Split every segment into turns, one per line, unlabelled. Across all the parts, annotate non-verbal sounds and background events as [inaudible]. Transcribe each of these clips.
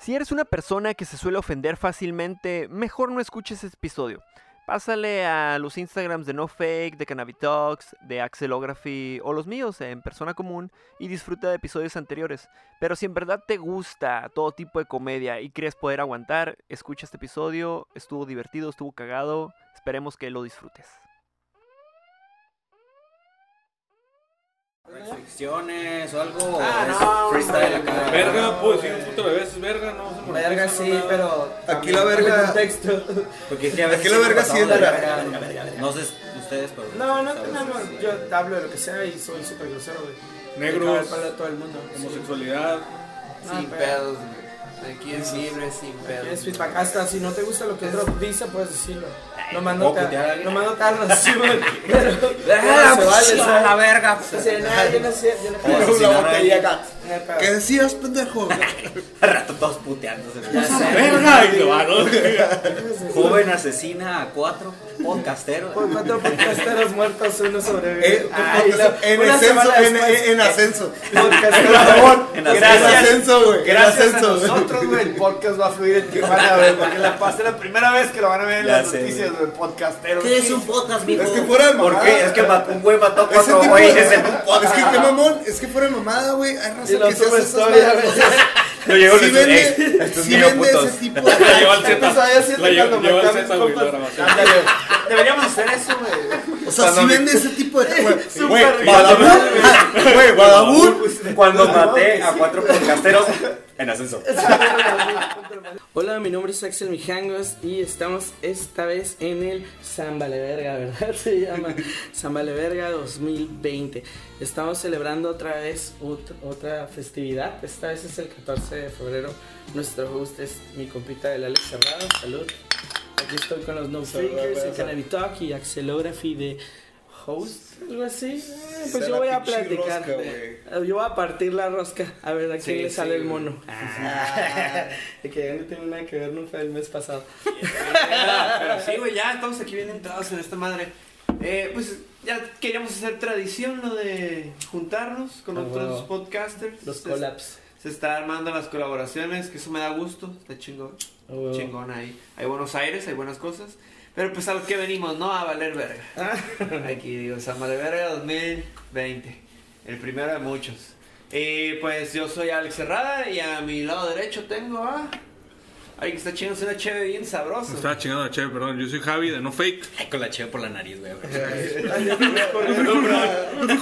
Si eres una persona que se suele ofender fácilmente, mejor no escuches este episodio. Pásale a los Instagrams de No Fake, de Cannabis Talks, de Axelography o los míos en persona común y disfruta de episodios anteriores. Pero si en verdad te gusta todo tipo de comedia y crees poder aguantar, escucha este episodio. Estuvo divertido, estuvo cagado. Esperemos que lo disfrutes.
Restricciones o algo.
Ah,
o es
no,
freestyle
hombre.
acá.
Verga, pues sí, un puto de veces, verga, no. se molesta,
Verga
no,
sí,
nada.
pero.
Aquí la verga-
Contexto.
Porque es que a veces
Aquí la
sí
verga
nos
sí
pasamos de
entra.
verga, verga, verga, verga. No sé ustedes, pero.
No, no,
¿sabes?
no, amor. Yo hablo de lo que sea y soy súper grosero, güey.
Negros.
Me cago el palo a todo el mundo.
Homosexualidad.
Ah,
Sin
pero-
pedos, güey. Aquí es libre, sin
Tienes
pedos.
feedback. Hasta si no te gusta lo que otro dice, puedes decirlo. No
¿puedo
mando
putear a
tar-
alguien?
no mando tardas, sí, güey. Pero.
Ah,
pero se
sí,
vale,
a la
¿sabes?
verga.
O sea, nada, yo no sé, yo no
Pero
puedo.
si no, no,
Neta.
¿Qué decías, pendejo?
[laughs] Al rato todos puteándose.
Ya sé.
Verga, y se va,
[laughs]
¿no?
Joven asesina a cuatro podcasteros.
Por cuatro podcasteros muertos, uno sobrevive.
Eh,
Ay,
podcast-
la-
en
una
ascenso,
semana
en,
después,
en- en ascenso.
podcasteros-
En
En
ascenso.
ascenso, güey. En
Gracias a
ascenso. güey.
nosotros, güey, el podcast va a fluir en Tijuana, güey, porque la pasé la primera vez que lo van a ver en
Ya
las
sé,
noticias, güey, podcastero.
¿Qué es un podcast, mijo?
Es que fuera de
¿Por
mamada.
qué? Es que mató un güey mató a
Ese
cuatro
tipo de-
güeyes en un
[laughs] Es
podcast.
que qué mamón, es que fuera de mamada, güey. Hay
Y
razón
la
que se hace
otra
esas
historia,
madres.
güey.
[laughs] Lo llegó eh, este
Sí vende, sí vende ese tipo de.
La lleva al Z.
Entonces, ahí siento
La lleva
cuando
lleva al
mataba
Z,
mis
güey, la
compas.
grabación.
Ándale, [laughs] deberíamos hacer eso, güey.
O sea, sí vende ese tipo de. Güey,
Súper
Badabun. Güey,
[laughs]
Badabun.
Cuando maté a cuatro podcasteros en ascenso.
Hola, mi nombre es Axel Mijangos y estamos esta vez en el San Vale Verga, ¿verdad? [laughs] Se llama San Vale Verga 2020. Estamos celebrando otra vez ot- otra festividad. Esta vez es el 14 de febrero. Nuestro host es mi compita del Alex Cerrado. Salud. Aquí estoy con los No Fakers y Cannabis Talk y Axelography de host, algo así. Eh,
Está
Pues yo
la
voy a
pinche
platicar.
rosca, güey.
Eh, yo voy a partir la rosca. A ver a quién
Sí,
le sale
sí,
el
güey.
mono. De que ya no tiene nada que ver nunca el mes pasado.
Pero sí, güey, ya estamos aquí bien entrados en esta madre. Eh, pues ya queríamos hacer tradición lo de juntarnos con
Ah,
otros
huevo.
podcasters.
Los
Se-
collabs.
Se está armando las colaboraciones, que eso me da gusto, está chingón.
Ah, huevo.
Chingón ahí. Hay buenos aires, hay buenas cosas. Pero pues a lo que venimos, ¿no? A valer verga. Aquí digo, San Vale Verga 2020. El primero de muchos. Y pues yo soy Alex Herrada y a mi lado derecho tengo a. Alguien que está chingándose una cheve bien sabrosa.
Estaba chingando la cheve, perdón. Yo soy Javi de No Fake.
Con la cheve por la nariz, güey.
Pues,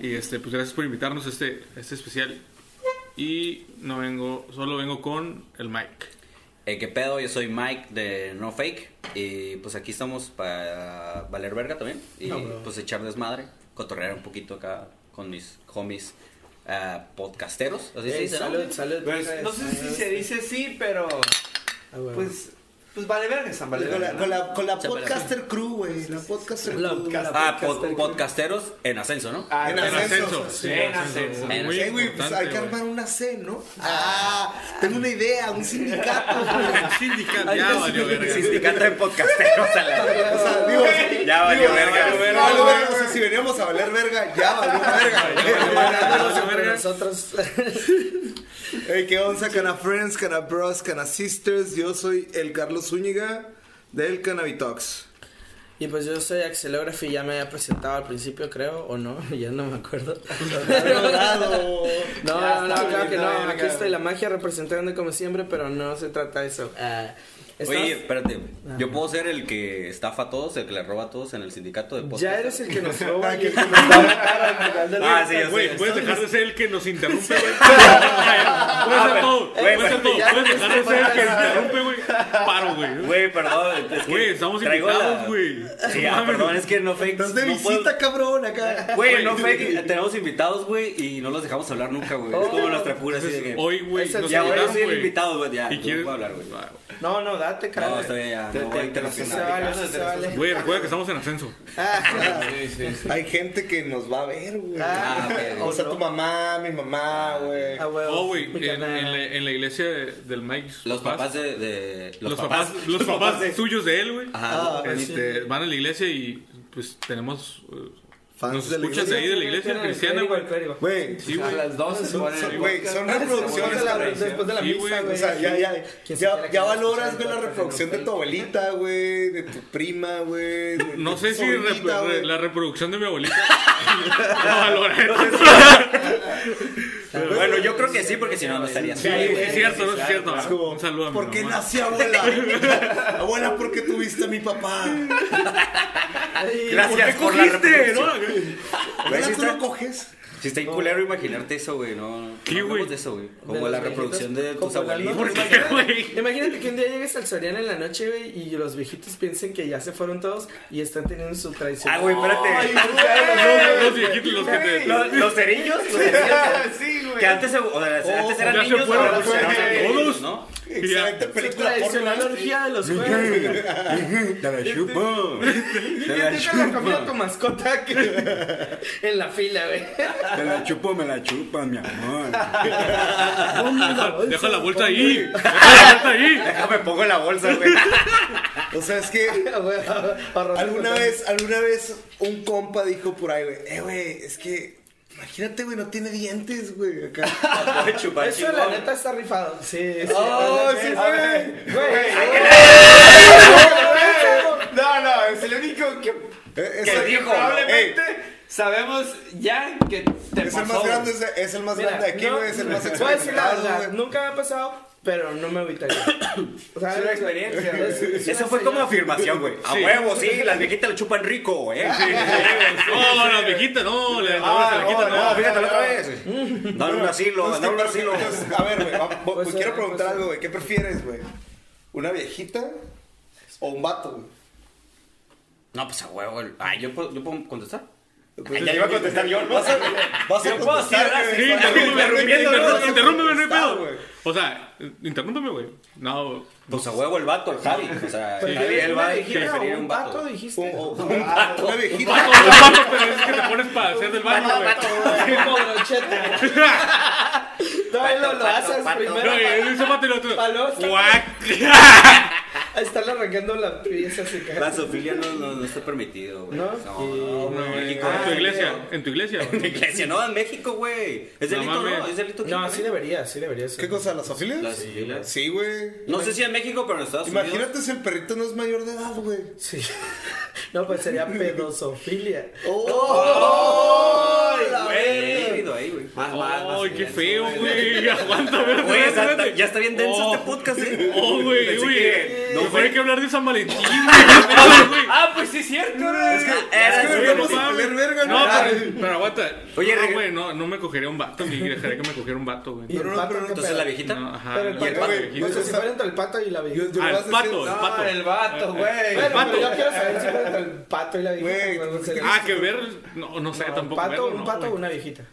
Y este, pues gracias por invitarnos a este, a este especial. Y no vengo, solo vengo con el Mike.
Eh, ¿Qué pedo? Yo soy Mike de No Fake. Y pues aquí estamos para valer verga también. Y pues echar desmadre. Cotorrear un poquito acá con mis homies ah, podcasteros. Así se
Ey,
dice, ¿no?
salud, salud. Ah,
Pues, no sé si se dice así, pero.
[laughs]
Pues. Pues vale verga, San Vale
Con la,
Verga. ¿no?
con la, con la
Se parece.
podcaster crew, güey. La podcaster
La-
crew.
la-
Ah, pod-
podcaster.
podcasteros en ascenso, ¿no?
Ah,
En
pero-
En ascenso.
Sí,
en ascenso.
En
Muy
Eh, güey, pues hay
importante,
que
güey.
armar una C, ¿no? Ah, tengo una idea, un sindicato. güey.
Sindicato, ya valió verga.
Sindicato de podcasteros. a la verga.
O sea, digo,
Ya valió
digo,
verga.
valió verga, valió verga. O sea, si veníamos a valer verga, ya valió
Ah,
verga.
Valió verga.
Nosotros.
güey. Ey, ¿qué onda, cana friends, cana bros, cana sisters? Yo soy el Carlos Zúñiga del Cannabitox.
[laughs] Y pues yo soy Axelography, ya me había presentado al principio, creo, o no, [laughs] ya no me acuerdo. No,
Ya
no, no,
está,
claro que no.
bien, verga.
Aquí estoy la magia representando como siempre, pero no se trata de eso. Ah, ¿estás-
Oye, espérate. güey. Yo puedo ser el que estafa a todos, el que le roba a todos en el sindicato de podcasteros.
ya eres el que nos roba. [laughs] y-
Ah, sí, yo sé.
Güey, puedes dejar de ser el que nos interrumpe, [laughs] güey. Puedes ser todo,
güey,
puedes ser todo. Puedes dejar de ser el que nos interrumpe, güey. Paro, güey.
Güey, perdón. es que
Güey, estamos
traigo
invitados,
la-
güey.
Sí,
No
ah,
mames.
perdón, es que no fake.
Estás de
no puedo-
visita, cabrón, acá.
Güey, no fake. Tenemos invitados, güey, y no los dejamos hablar nunca, güey. Es como nuestra pura así de que.
Oh. Hoy, güey,
Es el-
nos
ya, güey, yo
invitaron,
soy el
güey.
invitado, güey. Ya,
¿Y
no
quieres?
puedo hablar, güey.
No, no, date, cara.
No, estoy ya.
Te-
No
te-
voy a
te las
Sí se
interrumper.
vale, sí se vale.
Güey, recuerda que estamos en ascenso.
Sí, sí, sí.
Hay gente que nos va a ver, güey.
Ah, ok.
o sea, tu mamá, mi mamá, güey.
Ah, huevo.
Oh,
[laughs]
güey, en,
Mi
en
carnal.
la, en la iglesia de- del Mike. sus
Los papás de. de-
Los papás, Ah,
[laughs]
los
Ah,
papás suyos de él, güey.
Ajá.
Este, Van a la iglesia y pues tenemos eh,
Fans
Nos
de la
escuchas
iglesia.
ahí de la iglesia cristiana, güey.
Güey,
Sí,
a
güey.
las 12 se
son-
ponen
son-
el
güey,
podcast.
son reproducciones de la
Después de la
Sí,
misa,
güey,
güey.
O sea, ya, ya,
Quien se quiera
ya,
que
ya
nos
valoras,
escuche en
güey, la
podcast,
reproducción de tu abuelita, güey, de tu prima, güey. de
No
tu
sé si
sobrinita,
re- re-
güey.
la reproducción de mi abuelita [laughs] la valoré.
Bueno, yo creo que sí, porque si no, no estaría
Sí,
así.
sí, es cierto, no es cierto.
Es Ah, como,
Un saludo a mi
¿Por qué
mamá.
nací,
[laughs]
abuela? abuela, ¿por qué tuviste a mi papá?
Gracias por la
¡Cogiste!
reproducción.
¿no?
Abuela,
sí
¿tú
está-
no coges?
Si está culero imaginarte eso, güey, no.
¿Qué,
no hablemos
güey?
de eso, güey.
De
Como
los
la
viejitos,
reproducción de
como
tus
la
abuelitos.
norma.
¿Por qué, güey?
Imagínate que un día llegues al Soriana en la noche, güey, y los viejitos piensen que ya se fueron todos y están teniendo su tradición.
Ah, güey, espérate.
Los- Los viejitos, los que te.
Los, los cerillos, los cerillos, que antes, se- o sea, antes eran
ya se
niños,
fueron,
ahora
güey.
son adultos,
Todos.
¿no?
Excelente
Su
película
tradicional
porno.
orgía de los jueves.
Me la
Te la comida a tu mascota que- [laughs] en la fila, güey.
Me la chupo, me la chupa, mi amor.
Deja- Deja la vuelta ahí. Deja la vuelta ahí.
Déjame pongo en la bolsa, [laughs] güey.
O sea, es [laughs] que
Güey, arroz
alguna
con-
vez, alguna vez un compa dijo por ahí, güey, eh, güey, es que imagínate, güey, no tiene dientes, güey, acá.
Voy a chupar
Eso la
chingón.
neta está rifado. Sí, sí.
[laughs] Oh, sí,
A ver, Güey,
No, no, es el único que,
Eh,
¿Qué
esa-
dijo?
probablemente
Ey,
sabemos ya que te
es
pasó.
el más
güey.
grande, es, es el más
Mira,
grande de aquí,
no-
güey, es el
[laughs]
más
Voy a decir la verdad,
experimentado, güey.
nunca me ha pasado, pero no me evitaría. O sea,
Es una experiencia, güey.
es- es
Eso
una
fue como
señal.
afirmación, güey. A
Sí.
huevo, sí, las viejitas lo chupan rico, güey. ¿eh?
No, las viejitas, no. le- no,
Ah,
Las viejitas,
no,
no.
no, fíjate la otra vez. Dale un asilo,
Pues,
Entonces,
dale un
¿qué-
asilo.
entonces, a ver, güey, va- va-
Pues,
güey,
eh,
quiero preguntar
pues,
algo, güey, ¿qué prefieres, güey? ¿Una viejita o un vato, güey?
No, pues a huevo. el- Ay, ¿yo puedo, yo puedo contestar?
Pues,
Ay, ya iba a contestar yo, ¿no?
Vas a, vas a
Yo puedo
contestar,
decir,
güey,
Sí,
vas a-
interrúmpeme,
Interrumpiendo,
interrúmpeme,
¿no?
interrúmpeme, no hay
Está,
pedo.
güey.
O sea, interrúmpeme, güey. No.
Pues a huevo el vato, el Javi. O sea, el Javi,
¿Prefieres
él
una
va a
viejita o
preferir un vato.
dijiste? [laughs]
O- o- un vato, Una viejita.
Vato, vato, pero es que te pones para hacer del baño, güey.
Como brocheta. Todavía lo, lo haces
pato,
primero.
No, y él dice vato y el otro.
Pa- luego está-
[laughs] Guac.
pa- Estarle arrancando la pieza así que-
La zoofilia no, no, no está permitido, güey.
¿No?
no, no, en México.
En tu
Ah,
iglesia, en tu iglesia.
En la iglesia, no, en México, güey. Es
No
delito, ¿no?
mames.
Es delito. aquí,
No,
güey.
sí debería, sí debería ser.
¿Qué cosa? ¿Las
Las
afilias?
zoofilia.
Sí, güey.
No sé si en México, pero en Estados Unidos.
Imagínate si el perrito no es mayor de edad, güey.
Sí. No, pues sería pedosofilia.
Oh,
Güey, híbrido ahí, güey.
Más, más, más
Ay, qué
evidencia,
feo, [laughs] güey. Aguanta, espérate,
Güey, está-
espérate,
está-
espérate.
ya está bien denso
Oh.
este podcast, ¿eh?
Oh, güey,
Pensé
güey.
que-
No
No,
fue
güey.
que hablar de San [laughs] Valentín, güey. Mames, güey.
Ah, pues sí es cierto, güey.
Era
Es que
güey,
vamos
sí.
a valer verga,
No,
¿no?
pero, pero aguanta.
Oye,
no,
reg-
güey, no, no me cogería un vato ni dejaría que me cogiera un vato, güey.
Y el
no,
pato,
pero
¿qué
Entonces
pedo?
la viejita.
No, ajá.
Pero el
la
pato,
vato,
güey,
viejita.
No sé si fuera entre el pato y la
Yo-
viejita.
yo
Ah,
vas
el
a
pato,
decir-
el
No,
pato.
el vato, güey.
Bueno,
pato.
pero yo quiero saber si fuera entre el pato y la
Güey,
viejita. güey,
Ah, que ver. No, no sé,
No,
tampoco.
pato,
verlo,
un
no,
pato o
güey.
una viejita.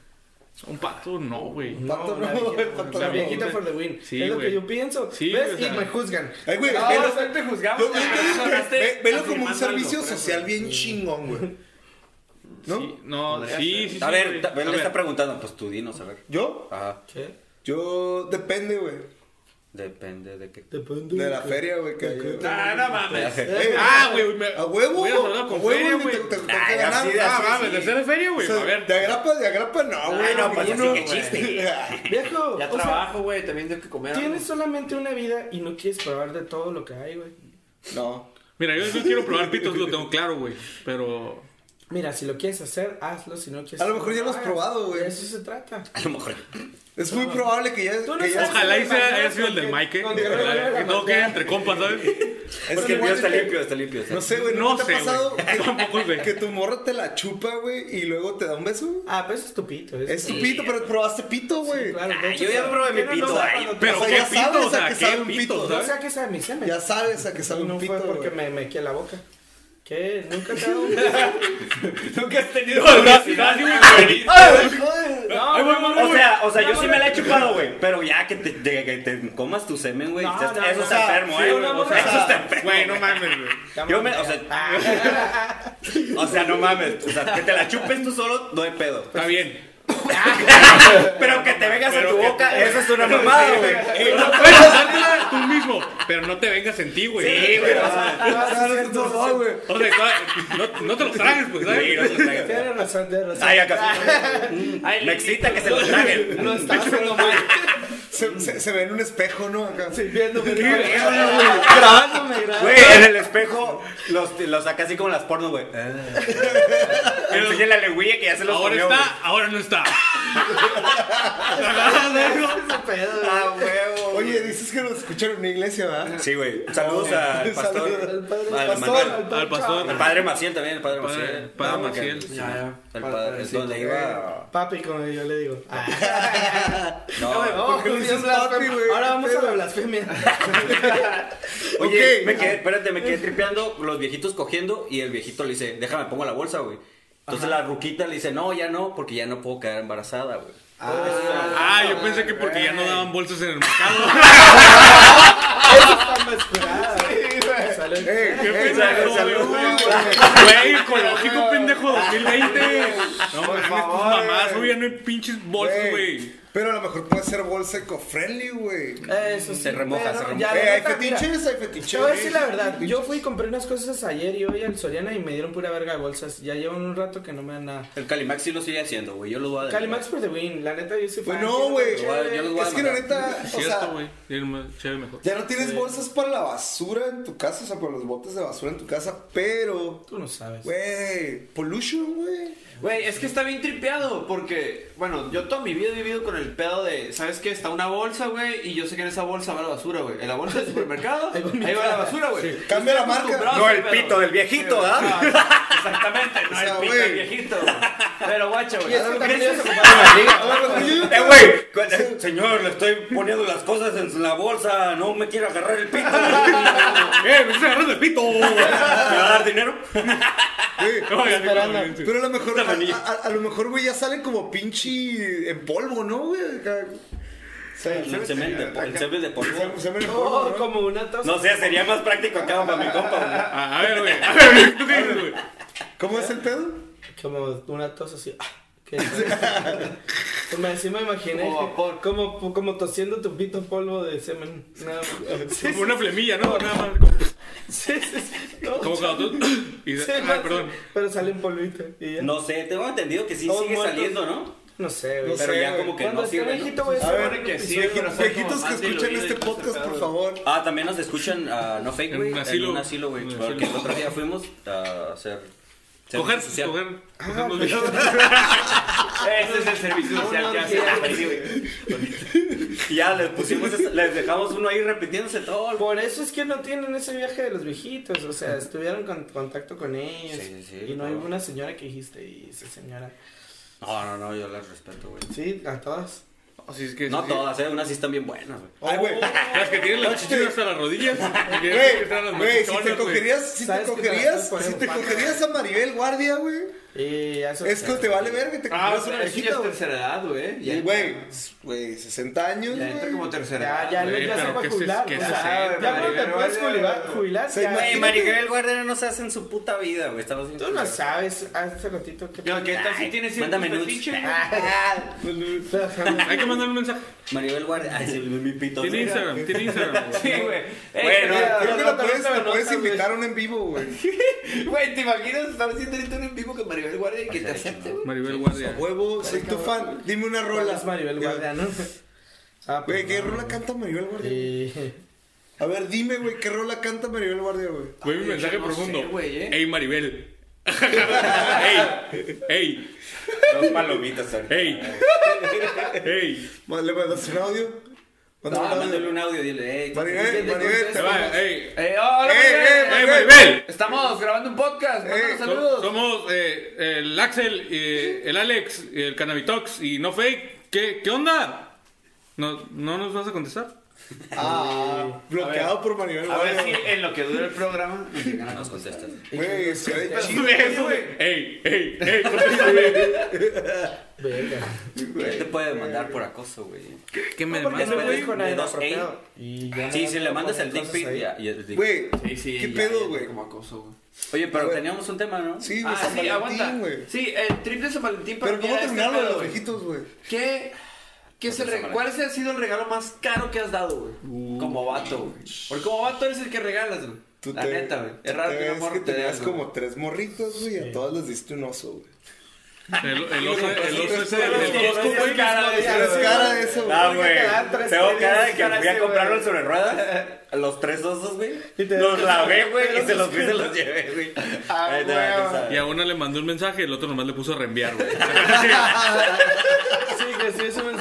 Un pato, no, güey.
Pato
una
no,
viejita,
el pato
la
no.
viejita for the win.
Sí,
es lo
güey.
que yo pienso.
Sí,
¿Ves?
o sea.
Y me juzgan.
Ay, güey,
No,
velo-
no te juzgamos.
yo- yo-
güey,
yo-
no estés
ve- Velo como un
afirmando algo,
servicio
por eso.
social bien chingón, güey.
¿No? Sí, no, sí, sí, sí.
A
güey.
ver, ta-
A
él le
ver.
está preguntando, pues tú dinos, a ver.
¿Yo?
Ajá.
¿Qué?
Yo, depende, güey.
Depende de qué.
Depende.
De la feria, güey, que hay.
Ah,
[laughs]
no mames.
Eh,
Ah, güey, me.
A huevo,
Hubieras hablado
a
con
huevo,
feria,
ni
güey.
te- te- te-
Ay,
te-
así
te-
de-
Ah,
sí,
mames,
sí.
de hacer feria, güey.
o sea,
A ver.
De agrapa, de agrapa, no, güey.
no, pues,
ninguno.
así que
[laughs]
chiste.
Viejo,
Ya
o sea,
trabajo, güey. También tengo que comer. algo.
tienes solamente una vida y no quieres probar de todo lo que hay, güey.
No.
Mira, yo no quiero probar pitos, lo tengo claro, güey. Pero.
Mira, si lo quieres hacer, hazlo. Si no quieres
A lo mejor ya lo has
hagas.
probado, güey.
De eso se trata.
A lo mejor.
Es muy probable que ya.
Tú no
que ya-
sabes.
Ojalá y sea, haya sido el del
Con
Mike, ¿eh?
que- con que
Ojalá,
revuelva
Que
la
no quede
manteca.
entre compas, ¿sabes?
Es
Porque el
igual
mío está
de que-
limpio, está limpio. está
No sé,
limpio.
güey,
No
¿no te
sé,
ha pasado
güey.
que-
Tampoco sé.
que tu morra te la chupa, güey, y luego te da un beso?
Ah, pero eso es tu pito. eso
Es
tu
tu pito, pero probaste pito, güey.
Claro,
Ah,
de hecho,
yo ya
sí.
probé mi
Pero no
pito,
sabe
ay,
cuando-
Pero
O sea,
qué
ya
pito,
sabes
o
a
sea,
que
qué
sabe un
pito,
pito, ¿eh?
No
¿sabes?
sé a qué sabe mi semen.
Ya sabes a que sabe
no
un pito,
fue porque
güey.
me me quedé la boca. ¿Qué? ¿Nunca te ha
[laughs]
dado un
Nunca has tenido.
No, no, así, güey. Ay, güey,
No,
güey,
O
güey.
sea, o sea, yo
No,
sí
no,
me la he chupado, güey. Pero ya que te, de- que te comas tu semen, güey.
No,
estás-
no,
eso
no,
está
o sea,
enfermo,
sí,
eh.
una
O
morra-
sea, Eso está enfermo.
Güey, no mames, güey.
Yo me, o sea, Ah. [laughs] o sea, no mames, o sea, que te la chupes tú solo, no hay pedo.
[laughs] Está bien.
Pero que te vengas en tu boca, eso es una mamada, güey.
Pero dártela tú mismo, pero no te vengas en ti, güey.
Ah,
Te vas a hacer todo, güey.
O sea, está- no, no te lo trajes, pues,
Sí, no
¿sabes?
se lo traigan.
Tienes razón, tienes razón.
Ay, acá.
Ay,
Me excita que se lo traguen.
[laughs] Lo está haciendo mal.
Se, se, se ve en un espejo, ¿no? Acá.
Sí, viéndome.
Grabándome,
[laughs] Güey, en el espejo los, los saca así como las porno, güey. [laughs] Enseña la legüilla que ya se los
Ahora
comió,
[laughs]
güey.
está, ahora no está.
Ah, huevo.
Oye, dices que nos escucharon en una iglesia, ¿verdad?
Sí, güey. Saludos al
[laughs] Saludos
pastor.
al
al
padre,
Manuel.
pastor.
Al pastor.
Al padre Maciel también, el padre
Padre-
Maciel.
padre
Ah, porque-
Maciel.
Ya, ya.
El padre, es donde iba.
Papi, como yo le digo. Ah,
No.
Vamos,
le
bien
dices
blasfemo.
papi, güey?
Ahora vamos a
¿Qué
la
pedo?
[laughs] blasfemia.
Oye,
Ok.
me quedé, espérate, me quedé tripeando, los viejitos cogiendo y el viejito le dice, déjame, pongo la bolsa, güey. Entonces la ruquita le dice, no, ya no, porque ya no puedo quedar embarazada, güey.
Ah, yo pensé que porque ya no daban bolsas en el mercado.
Eh,
¿Qué
eh,
pendejo,
salud,
güey?
güey.
Güey, ecológico pendejo 2020. No
Por
mames, tus
favor,
mamás,
güey.
güey, ya no hay pinches bolsas, güey.
Pero a lo mejor puede ser bolsa eco-friendly, güey.
Eso sí,
Se remoja,
pero
se remoja.
Eh, ya,
Eh,
la
hay
neta, mira,
fetiches, hay
Te
fetiches.
voy a decir la verdad. Yo fui y compré unas cosas ayer y hoy al Soriana y me dieron pura verga de bolsas. Ya llevan un rato que no me dan nada.
El Calimax sí lo sigue haciendo, güey. Yo lo voy a
Calimax for the win. La neta, yo sí fui.
Pues no, güey.
Yo voy a- yo los voy a
Es que la
mandar.
neta, o
Cierto,
sea,
güey. Tiene más- Chévere mejor.
ya no tienes bolsas para la basura en tu casa, o sea, para los botes de basura en tu casa, pero,
Tú no sabes.
güey, pollution, güey.
Güey, es que está bien tripeado, porque, bueno, yo toda mi vida he vivido con el pedo de, ¿sabes qué? Está una bolsa, güey, y yo sé que en esa bolsa va la basura, güey. En la bolsa del
[laughs]
supermercado, ahí va la basura, güey.
Cambia la marca.
acostumbrado
No
a ese
el
pedo.
pito del viejito,
Sí,
¿ah?
o sea, Exactamente,
[laughs]
no
sea,
el pito
güey.
del viejito. güey. Pero guacha, güey.
Y eso
¿tú
también
crees
es
que-
Eh, güey, cu- eh, señor, le estoy poniendo las cosas en la bolsa, no me quiero agarrar el pito. [laughs]
¡Eh, me estás agarrando el pito!
¿Me va a dar dinero?
Güey,
Esperando.
Pero a lo mejor,
Puta manilla.
a, a- a lo mejor, güey, ya salen como pinche en polvo, ¿no, güey? Acá. O sea,
El cemento, el cemento de polvo.
se- se ven en
[laughs]
polvo,
Oh,
¿no?
como una tos.
No sé, sería más práctico acá para mi compa, güey.
Ah, A a ver, güey. A ver, ¿tú qué dices, güey?
¿Cómo es el pedo?
Como una tos así. ah, que- Me, así me imaginé.
Como
que-
vapor.
como, como tosiendo tu pito en polvo de semen. Nada, sí,
[laughs] Como una flemilla, ¿no? Nada más. como-
sí, sí, sí, no,
Como cuando tú. [coughs] y-
sí,
Ay,
no,
perdón.
Pero sale un polvito. Y ya.
No sé, tengo entendido que sí
Todos
sigue
muertos.
saliendo, ¿no?
No sé, güey.
Pero
sé,
ya
güey.
como que
Cuando
no
esté
sirve, ¿no?
viejito, güey,
A ver,
supone que sí,
vieji-
pero son
viejitos
como
que
más
escuchan
diluido y
este
todo ese
podcast, por
pedo.
favor.
Ah, también nos escuchan a No Fake,
En
güey.
un
En
asilo.
un asilo, güey.
En un
Porque el
asilo.
otro día fuimos a hacer...
Coger,
servicio social.
coger.
Ah,
coger los viejitos.
Ese es el
Ah,
servicio social que hace la gente, güey.
Y ya [laughs] les pusimos, esa- les dejamos uno ahí repitiéndose todo. güey.
Por eso es que no tienen ese viaje de los viejitos, o sea, estuvieron con contacto con ellos.
Sí, sí,
y no hay
claro.
una señora que dijiste, y esa señora.
No, no, no, yo las respeto, güey.
Sí, a todas.
Así es que.
No todas, eh, unas sí están bien buenas, güey.
Ay, güey.
Las que tienen las chichis hasta las rodillas. y que- que traen las
Güey, güey, si te
machichonas, güey.
cogerías, si te
Sabes que te la
cogerías,
estás
si te
poniendo
cogerías a Maribel Guardia, güey.
Y eso
Es que te vale verga, te
Ah,
cogerías una
pero eso ya
viejita,
es
güey.
tercera edad, güey.
Y,
Ya-
Güey, güey, 60 años,
Ya entra como
güey.
tercera edad.
Ya, ya,
Güey,
ya se
pero
va a
¿qué se-
jubilar.
qué
o
se
sea,
hace,
ya
güey?
cuando te puedes
Pero,
jubilar, jubilar,
se
ya,
imagina-
Güey,
Imagínate.
Maribel Guardia no se hace en su puta vida, güey. Estamos bien
Tú no
culeros.
sabes, hace ratito que.
Yo, ¿qué tal si tienes cierto
Mándame nudes. [laughs]
fetiche?
[laughs] Hay que mandar un mensaje.
Maribel Guardia. Ay, se me mi pito.
Tiene Instagram, tiene Instagram. güey.
Sí, güey. Ey,
Bueno,
pero-
Creo que
No,
la
no,
puedes,
no,
la
no,
puedes
no,
invitar a un en vivo, güey.
Güey, ¿te imaginas estar haciendo ahorita un en vivo con Maribel Guardia y que te
Estaría
acepte,
chingón.
güey?
Maribel Guardia.
Huevo, soy tu fan. Dime una rola.
Rolas Maribel Guardia, ¿no? Ah,
Güey, ¿qué
no.
rola canta Maribel Guardia?
Y-
A ver, dime, güey, ¿qué rola canta Maribel Guardia, güey?
Fue un mensaje
no
profundo.
sé, güey, eh.
Ey,
[laughs]
Maribel. ey, ey,
Dos palomitas ahorita.
ey. Ey.
Ma- ¿Le mandas un audio?
Ah,
Mándame
No,
un
mándale un
audio. Eh,
audio, dile, ey.
Maribel,
Te
Maribel.
Se va, ey.
Eh, hola,
¡Eh,
Maribel.
eh,
Ey, Maribel.
Estamos grabando un podcast. Mándanos
Eh,
So-
saludos.
Somos eh, el Axel, eh, el Alex, el Cannabitox y No Fake. ¿Qué, qué onda? No, ¿No nos vas a contestar?
Ah,
A
bloqueado por Maribel
A ver si eh,
Guardia.
en lo que dura el programa.
No nos contestas.
[laughs]
Güey, se ve chido.
Ey, ey, ey. contéstame.
Verga.
Ya te puede demandar por acoso, güey.
¿Qué me
Porque
demandas?
no
güey,
dijo
de
nada
dos, ey.
inapropiado. Y ya
Sí,
nada,
si le
no
mandas
ponen
el dick
cosas
pic,
ahí.
ya. y el dick-
Güey,
Sí, sí,
¿qué
ya,
pedo,
ya,
güey?
Como acoso, güey.
Oye, pero
güey.
teníamos un tema, ¿no?
Sí, güey,
Ah,
San
sí,
Valentín,
aguanta.
güey.
Sí, el trip de San Valentín para
Pero
mí
¿cómo
era este
terminaron
pedo,
los
güey.
viejitos, güey?
¿Qué?
¿Qué es el
Otra
re-
semana.
¿Cuál ha sido el regalo más caro que has dado, güey? Como vato, güey. Porque como vato eres el que regalas, güey.
Tú
La
te-
neta, güey.
tú
Es raro
te
que un
ves
amor
que
te dé
tenías
algo.
como tres morritos, güey, y a todas les diste un oso, güey.
El, el oso, el oso es
Pero
el,
los dos con buen cara, güey.
Tienes cara de eso, güey.
Ah, güey.
quedar tres
Tengo cara de
series,
que
cara
fui a
así,
comprarlo
güey.
sobre ruedas.
[laughs]
Los tres osos, güey.
Y te
Los
descalzaron
lavé,
los
güey. Y
pelos
se los fui y se los llevé, güey.
Ah,
Ahí te
güey.
va, tú sabes.
Y a uno le mandó un mensaje y el otro nomás le puso reenviar, güey.
Sí, que sí, eso me.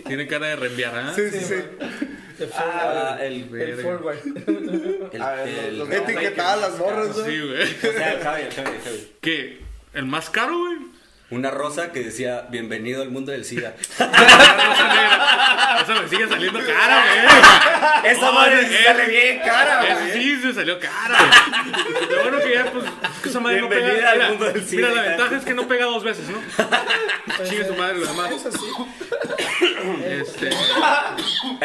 Tiene cara de reenviar, ¿ah?
Sí, sí, sí.
Ah, el
El forward.
El,
A ver,
el-
los- los etiquetadas las morras, güey.
Sí, güey.
O sea, el Javi, el Javi, el Javi.
Que el más caro, güey.
Una rosa que decía, bienvenido al mundo del
[laughs]
SIDA.
Eso me sigue saliendo cara,
Esa
madre
madre sale
sí sale
bien cara,
güey.
güey.
Eso sí se salió cara, güey. Lo bueno que ya, pues, que esa madre no pega.
Bienvenida al
Mira,
mundo del
mira,
SIDA.
la ventaja es que no pega dos veces, ¿no? Chingue su madre, lo demás.
Ese
Este, ese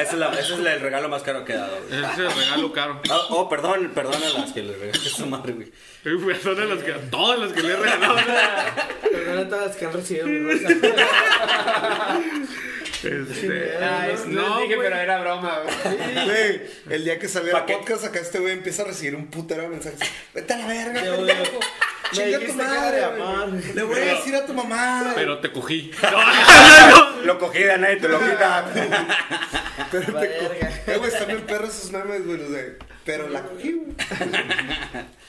es, la- ese es la- el regalo más caro que he dado, güey.
es el regalo caro.
Ah, Oh, perdón, perdón a las que le regalé esa madre, güey.
Y fue a todas las que, a todas las que le he regalado.
Perdona a todas las que han recibido mi rosa.
Este,
Ah, es-
no,
dije,
güey.
pero era broma, güey.
Güey, el día que salió
¿Pa'
el
qué?
podcast, acá este güey empieza a recibir un putero de mensajes. Vete a la verga,
Te odio.
pendejo.
Me
Chinga tu
dijiste cara
madre,
de
güey.
amor.
Le voy a decir a tu mamá.
pero te cogí.
Lo cogí de nadie, te lo
[laughs]
quita.
Pero te
Verga.
co- Eh, güey, están bien perros esos memes, güey. los de, Pero la cogí, güey.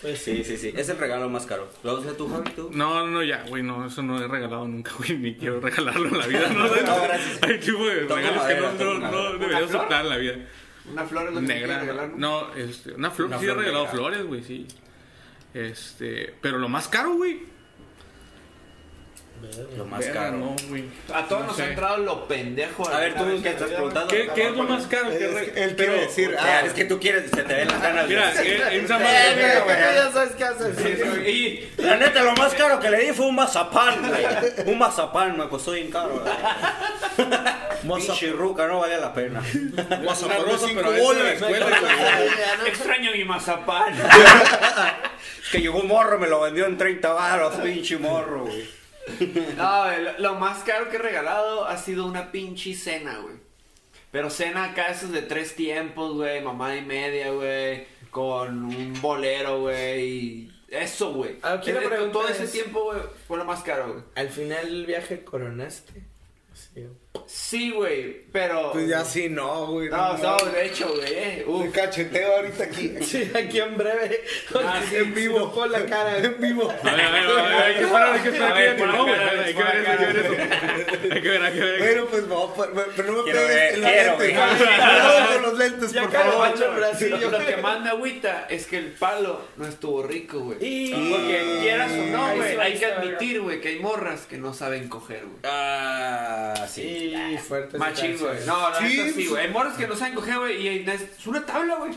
Pues sí.
Sí, sí, sí. Es el regalo más caro. ¿Lo usas tú, Javi, tú?
No, no, ya, güey, no, eso no he regalado nunca, güey, ni quiero regalarlo en la vida, no, no, no. Hay tipo de
Toco
regalos que
madera,
no,
toco
no, no
madera.
debería aceptar en la vida.
Una flor es lo que te quiero
Negra,
regalar,
no, este, una flor,
Una
sí he
flor
regalado
negra.
flores, güey, sí. Este, pero lo más caro, güey.
Lo más
Verga,
caro.
No, güey.
A todos
No
nos
sé.
ha entrado lo pendejo.
A ver, tú, ¿qué estás preguntando?
¿Qué, qué es lo más caro que
Es
re-
que Él
pero-
quiere decir,
O sea,
ah,
es que tú quieres, se te ven las ganas.
Mira,
[laughs] güey.
eh, en San
Eh,
Valentín-
mira, güey, ya sabes qué haces.
Y la neta, lo más caro que le di fue un mazapán, güey. Un mazapán me costó bien caro,
[laughs]
güey. Pinche ruca, no vale la pena.
mazapán
pero
de cinco
es de la
bolas, güey.
escuela, güey.
Extraño mi mazapán.
Es que llegó un morro, me lo vendió en 30 baros, pinche morro, güey.
No, güey, lo, lo más caro que he regalado ha sido una pinche cena, güey. Pero cena acá esos de tres tiempos, güey, mamá y media, güey, con un bolero, güey, y eso, güey.
Ah, quiero
Eh,
preguntar
Todo ese
eso.
tiempo, güey, fue lo más caro, güey.
Al final el viaje coronaste. Sí.
Sí, güey, pero...
Pues ya sí, no, güey.
No, no,
mames.
de hecho, güey, eh, uf.
Me cacheteo ahorita aquí. [laughs]
Sí, aquí en breve. en vivo. Con la cara. En vivo.
A ver, a ver, a ver, hay que esperar, hay que esperar que ella terminó, güey. Hay que ver eso, hay que ver eso. Hay que ver, hay que ver.
Bueno, pues vamos, pa- pa- pero no me
Quiero
pegues
ver,
en la
quiero
lente.
ver.
Cuidado con los lentes,
Ya
por
acabó,
favor.
macho, Brasil.
Lo que más me agüita es que el palo no estuvo rico, güey.
Y-
Porque quieras o no,
Ahí
güey,
sí va,
hay
ahí
que
sí va,
admitir, güey, que hay morras que no saben coger, güey.
Ah, sí.
Y fuerte.
Machín, güey. No, la
Sí,
neta sí,
pues-
güey. Hay morras que no saben coger, güey, y es una tabla, güey.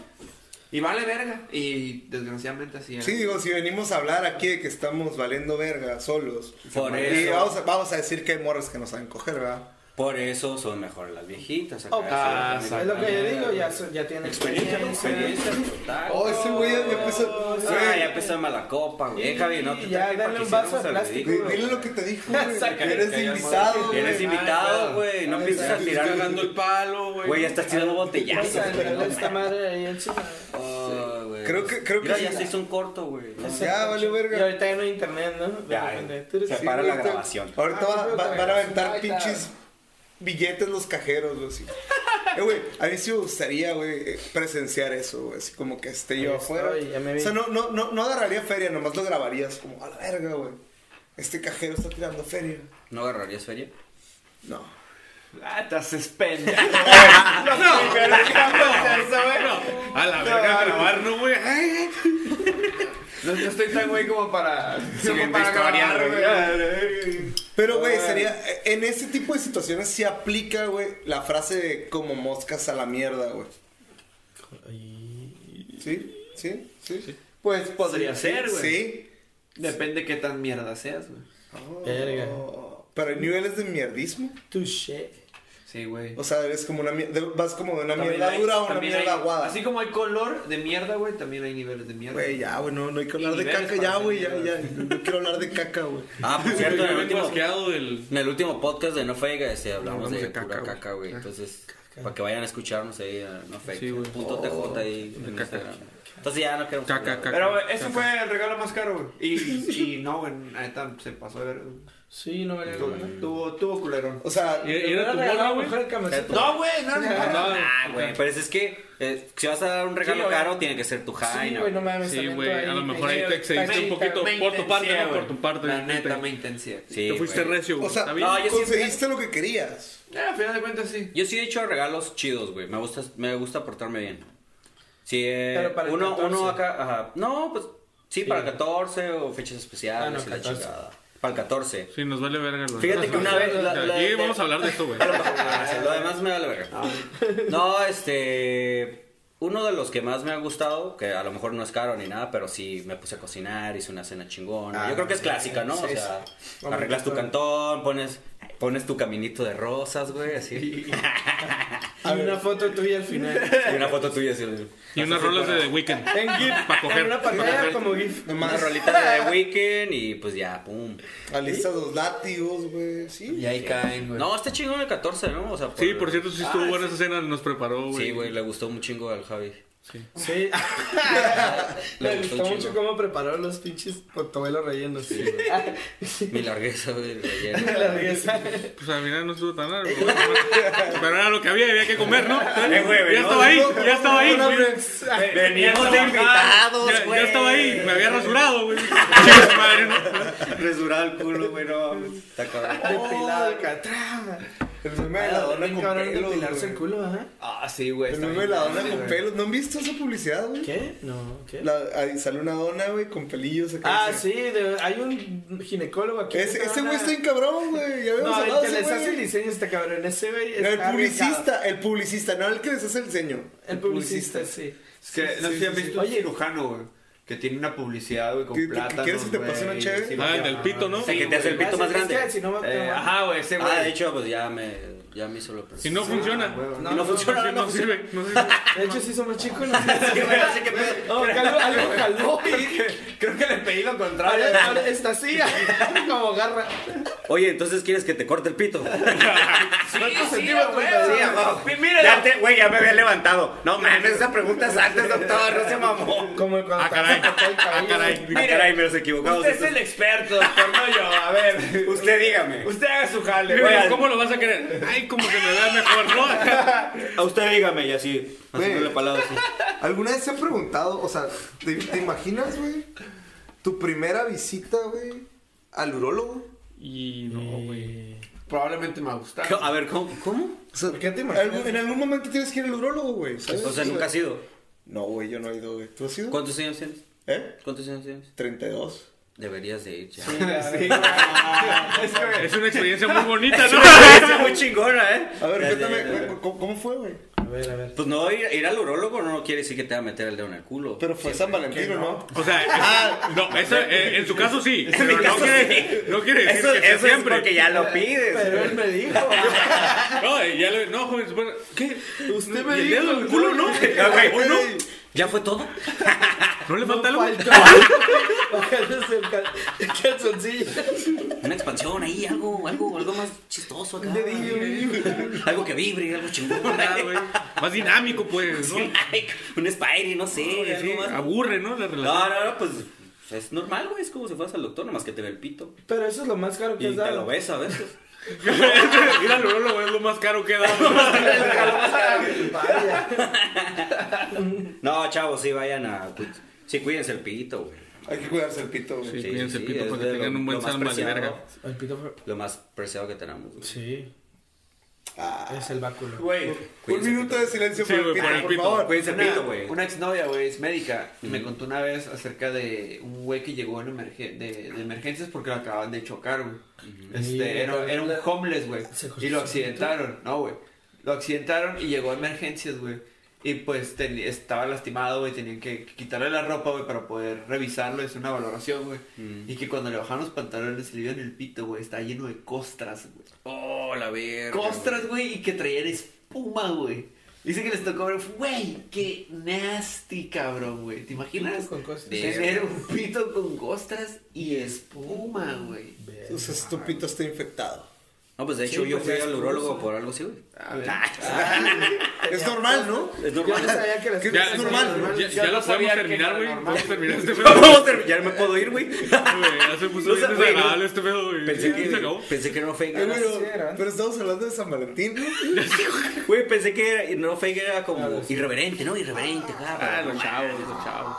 Y vale verga. Y desgraciadamente así es.
Sí, digo, si venimos a hablar aquí de que estamos valiendo verga solos.
Por
Y
eso.
vamos a, vamos a decir que hay morras que no saben coger, ¿verdad?
Por eso son mejores las viejitas. acá,
Ok.
acá, acá,
Oh, ah, Es lo que yo
acá.
digo, ya, so- ya tiene
Experiencia, experiencia total.
Oh, ese güey ya empezó.
Ah, ya empezó mala copa, güey. Eh, Javi, no te
Ya,
toques
dale
porque
un vaso
hicimos
de
el
plástico,
Di-
ridículo.
Dile lo que te dijo,
[laughs]
güey.
Sácale,
que Eres
Cállate,
invitado, güey.
Eres invitado, güey. No empieces a tirar
Tirando el palo, güey.
Güey, ya estás tirando botellazos.
Pasa,
güey, no
pero esta madre ahí encima.
Oh, güey.
Creo que- creo que
Mira,
sí.
ya se hizo un corto, güey. No,
Ya, vale verga.
Y ahorita ya no hay internet, ¿no?
Ya, se
Sí,
para la
ahorita-
grabación.
Ahorita
Ah,
va-
creo
va-
que
van a aventar
ahorita.
pinches billetes los cajeros, güey. así. Eh, güey, a mí sí me gustaría, güey, eh, presenciar eso, güey. Así como que esté yo
Ahí
afuera.
estoy, ya me
O
vi.
sea, no, no, no, no agarraría feria, nomás lo grabarías como a la verga, güey. Este cajero está tirando feria.
¿No agarrarías feria?
No.
Ah, te haces pendejo.
[laughs]
A la verga, grabar, no, güey.
No, no estoy tan güey como para. como
Siguiente
para
historia,
grabar,
güey.
Pero, güey, sería. eh, En ese tipo de situaciones sí aplica, güey, la frase de como moscas a la mierda, güey. ¿Sí? ¿Sí? ¿Sí? Pues
Podría ser, güey.
Sí.
Depende qué tan mierda seas, güey.
Oh.
Verga.
Pero hay niveles de mierdismo.
Touché.
Sí, güey.
O sea, eres como una mier- de- vas como de una
También
mierda
hay-
dura a una
también
mierda
hay-
aguada.
Así como hay color de mierda, güey, también hay niveles de mierda.
Güey, ya, güey, no, no hay que
Y
hablar de
niveles
caca
para
ya,
hacer
güey, ya, ya.
mierda.
No quiero hablar de caca, güey.
Ah, por cierto, en el
Yo vengo [laughs]
último,
asqueado del.
en el último podcast de No Fake este, hablamos
Hablamos
de,
de caca,
pura
güey.
caca, güey. Entonces, para que vayan a escucharnos ahí a No Fake.
Sí, güey.
punto TJ ahí en Instagram. Entonces ya no queremos.
Caca,
hablar, güey.
caca.
Pero güey, ese fue el regalo más caro, güey. Y, y no, güey, la neta se pasó de ver.
Sí, no valía la pena.
Tuvo, tuvo culerón.
O sea,
¿Y y era tu
Regalaba
bola, güey?
mejor el camiseta.
No, güey, no, no.
No,
Ah, güey. Pero es que eh, si vas a dar un regalo
Sí, güey.
caro, tiene que ser tu high.
Sí, güey, no mames.
Sí,
talento
güey, a lo mejor ahí te excediste un
tallita,
poquito.
güey.
Por tu parte,
Intensié,
no,
güey.
por tu parte,
La
disculpe.
neta me intencié.
Sí,
Te fuiste
güey.
recio, güey.
o sea,
¿Está bien?
No, yo sí-
conseguiste lo que querías.
Eh, al final de cuentas, sí.
Yo sí he hecho regalos chidos, güey. Me gusta, me gusta portarme bien. Sí, eh,
Pero para el
uno,
14.
uno acá, ajá. No, pues sí, para el 14 o fechas especiales
Ah, no,
y la
14.
chingada. Para el 14.
[laughs] Sí, nos vale verga. güey.
Fíjate que una vez. la- la-
Aquí vamos a hablar de
[laughs]
esto, güey.
Ah, sí, Lo demás me vale verga. No, este. Uno de los que más me ha gustado, que a lo mejor no es caro ni nada, pero sí me puse a cocinar, hice una cena chingona.
Ah,
Yo creo que es
sí,
clásica, ¿no?
sí,
o
sí.
sea,
Vamos,
arreglas tu
claro.
cantón, pones, pones tu caminito de rosas, güey, así.
[laughs] Y una foto tuya al final.
[laughs] Y una foto tuya así.
Y unas rolas de The Weeknd.
[laughs] En GIF.
Para coger.
En una pantalla como GIF.
Una rolita [laughs] de The Weeknd y pues ya, pum.
Alistas los látigos, güey, sí.
Y ahí caen, güey.
No, está chingón el 14, ¿no? O sea,
Sí, por cierto, sí estuvo buena esa cena, nos preparó, güey.
Ah, Sí, güey, le gustó un chingo al Javi.
[laughs]
Sí.
Le
Me
gustó
gustó
un
mucho
chingo.
cómo prepararon los pinches portobelos rellenos. Sí,
Mi largueza, güey, de [laughs] ayer.
[laughs]
[laughs]
La riqueza.
Pues al final no estuvo tan
[laughs]
largo. güey. Pero era lo que había, había que comer, ¿no?
güey,
ya
no,
estaba ahí, ya estaba ahí.
Una
güey.
Brex.
Veníamos de invitados,
Ya,
güey.
ya estaba ahí, [laughs] me había rasurado, güey. Chinga su madre, ¿no?
Resurado el culo, güey, no. mames. Está cabrón.
Depilado acá. tra.
El meme de la
Ah,
dona
bien
con
cabrón
pelos,
depilarse el
güey.
culo, ajá.
Ah, sí, güey.
El
está
meme de
bien
la
cabrón,
dona con
güey.
pelos. ¿No han visto esa publicidad, güey?
¿Qué? No, ¿qué?
La- ahí sale una dona, güey, con pelillos acá.
Ah,
Ese-
sí, de- hay un ginecólogo aquí.
Ese ese
cabrón.
güey está bien cabrón, güey. Ya habíamos
No,
hablado
el
de
que
ese
les hace el
güey.
diseño este cabrón, ese güey
No, El
está arriesgado.
publicista, el publicista, no el que les hace el diseño.
El publicista, sí.
Es que no sé si has visto un
Oye,
cirujano, güey. Que tiene una publicidad, güey, con
¿Qué- qué-
plátanos,
quieres que te pase una
güey,
chévere?
sí,
Ah,
güey.
el del pito, ¿no?
El que te hace el
güey,
pito más
es que
grande.
Si no me
Eh,
no,
ajá, güey, ese güey.
Ah, de hecho, pues ya me, ya me hizo lo
Si no funciona.
güey,
no,
y no
no,
funciona,
No,
no
sirve, no sirve.
De hecho, sí somos chicos, no sé.
Sí, güey, así que pedo.
No, porque algo, algo jaló.
Creo que le pedí lo contrario.
Ahora- ahora Está así, [laughs] como garra.
Oye, entonces quieres que te corte el
[laughs]
pito.
¿Cuántos
sí,
centímetros?
güey,
Sí,
güey.
abajo.
Mi- míralo.
Ya te- Güey, ya me había levantado. No mames, esa pregunta es antes, doctor. No se mamó.
Como cuando
Ah,
te
caray.
hacen cortar el
Ah,
cabello.
caray.
Ah, caray, me los equivocamos.
Usted es el experto, doctor, no yo. A ver,
[laughs] Usted dígame.
usted haga su jale,
Güey,
güey.
¿Cómo lo vas a querer? Ay, como que me da mejor, ¿no?
A usted dígame y así.
Güey.
Haciéndole palabra así.
¿Alguna vez se han preguntado, o sea, ¿te, te imaginas, güey? Tu primera visita, güey, al urólogo.
Y no, güey.
Probablemente me va a gustar.
A ver, ¿cómo? ¿Cómo?
O sea,
¿Por qué te imaginas?
algún- en algún momento tienes que ir al urólogo, güey. ¿sabes?
O sea, nunca has ido.
No, güey, yo no he ido, güey. ¿Tú has ido?
¿Cuántos años tienes?
¿Eh?
¿Cuántos años tienes?
32.
Deberías de ir [laughs] ya.
Es una experiencia muy bonita, ¿no?
Está muy chingona, ¿eh?
A ver,
Ya, ya,
cuéntame,
ya, ya.
güey, ¿cómo, cómo fue, güey?
A ver, a ver.
Pues no, ir, ir al urólogo no quiere decir que te va a meter el dedo en el culo.
Pero fue San Valentín, ¿o ¿no?
O sea, es- no, eso, eh, en su caso sí. Pero no
caso
quiere, no quiere decir que sea siempre.
ya lo pides.
Pero él me dijo.
No, eh, ya le, no, joven, supongo- ¿qué?
Usted me
¿Y el dedo
dijo.
en el culo, no?
[laughs] Ah, güey,
¿O no?
Güey,
¿Ya fue todo?
¿No le falta algo?
Faltó. Bajándose el cal- el calzoncillo.
Una expansión ahí, algo, algo, algo más chistoso acá. [laughs] Algo que vibre, algo chingón.
[laughs] Ah, güey. Más dinámico, pues, ¿no?
Ay, [laughs] Un Spidey, no sé,
Sí, Ah,
algo más.
aburre, ¿no? La relación.
No, no, no, pues es normal, güey. Es como si fueras al doctor, nomás que te ve el pito.
Pero eso es lo más caro que
Y
has
te lo
dado.
ves a veces.
[laughs] Ir al urólogo es lo más caro que da.
Vaya.
No, chavos, sí, vayan a. cu- Sí, cuídense el pito, güey.
Hay que cuidarse el pito, güey.
Sí, cuídense el pito
es
para que
de
tengan
lo-
un buen
lo más
San Valentín,
preciado.
verga.
El pito fue-
Lo más preciado que tenemos. güey.
Sí,
Ah,
es el báculo.
Güey,
un
cuídense el
minuto
pito.
de silencio
Sí,
por el
güey,
pito,
por el
por
pito.
favor.
Cuídense el
una,
pito, güey.
una exnovia, güey, es médica. Y me contó una vez acerca de un güey que llegó en emergen- de, de emergencias porque lo acababan de chocar, güey.
Y
Este, era, era un
la-
homeless, güey.
se cortó
Y lo
su
accidentaron, no, güey. Lo accidentaron y llegó a emergencias, güey. Y pues ten- estaba lastimado, güey. Tenían que que quitarle la ropa, güey, para poder revisarlo. Es una valoración, güey. Y que cuando le bajaron los pantalones, se le vieron el pito, güey. Estaba lleno de costras, güey.
Oh, la verga.
Costras, güey, y que traían espuma, güey. Dice que les tocó, güey, qué nasty, cabrón, güey. ¿Te imaginas?
Pito con costras.
Tener un pito con costras y espuma, güey.
O sea, tu pito está infectado.
No, pues de
Sí,
hecho yo
pues,
fui
es
al urólogo
curioso.
por algo así, güey. Ah,
A ver.
Es normal, ¿no?
Es
Yo no
normal. [laughs]
sabía que las
Ya,
es normal,
ya-
¿no?
ya,
Yo
lo
no sabía
podemos
que
terminar,
era
güey.
normal.
Podemos terminar
[laughs]
este pedo.
Vamos a terminar, ya me puedo ir, güey.
güey. Ya se puso
No
bien
sé, güey,
desagradable
no.
este pedo, güey.
Pensé
Ya se
que,
acabó.
pensé que no fake
Pero,
era.
pero estamos hablando de San Valentín, ¿no?
Güey, pensé que era, no fake era como irreverente, ¿no? Irreverente, claro.
Ah, los chavos, los chavos.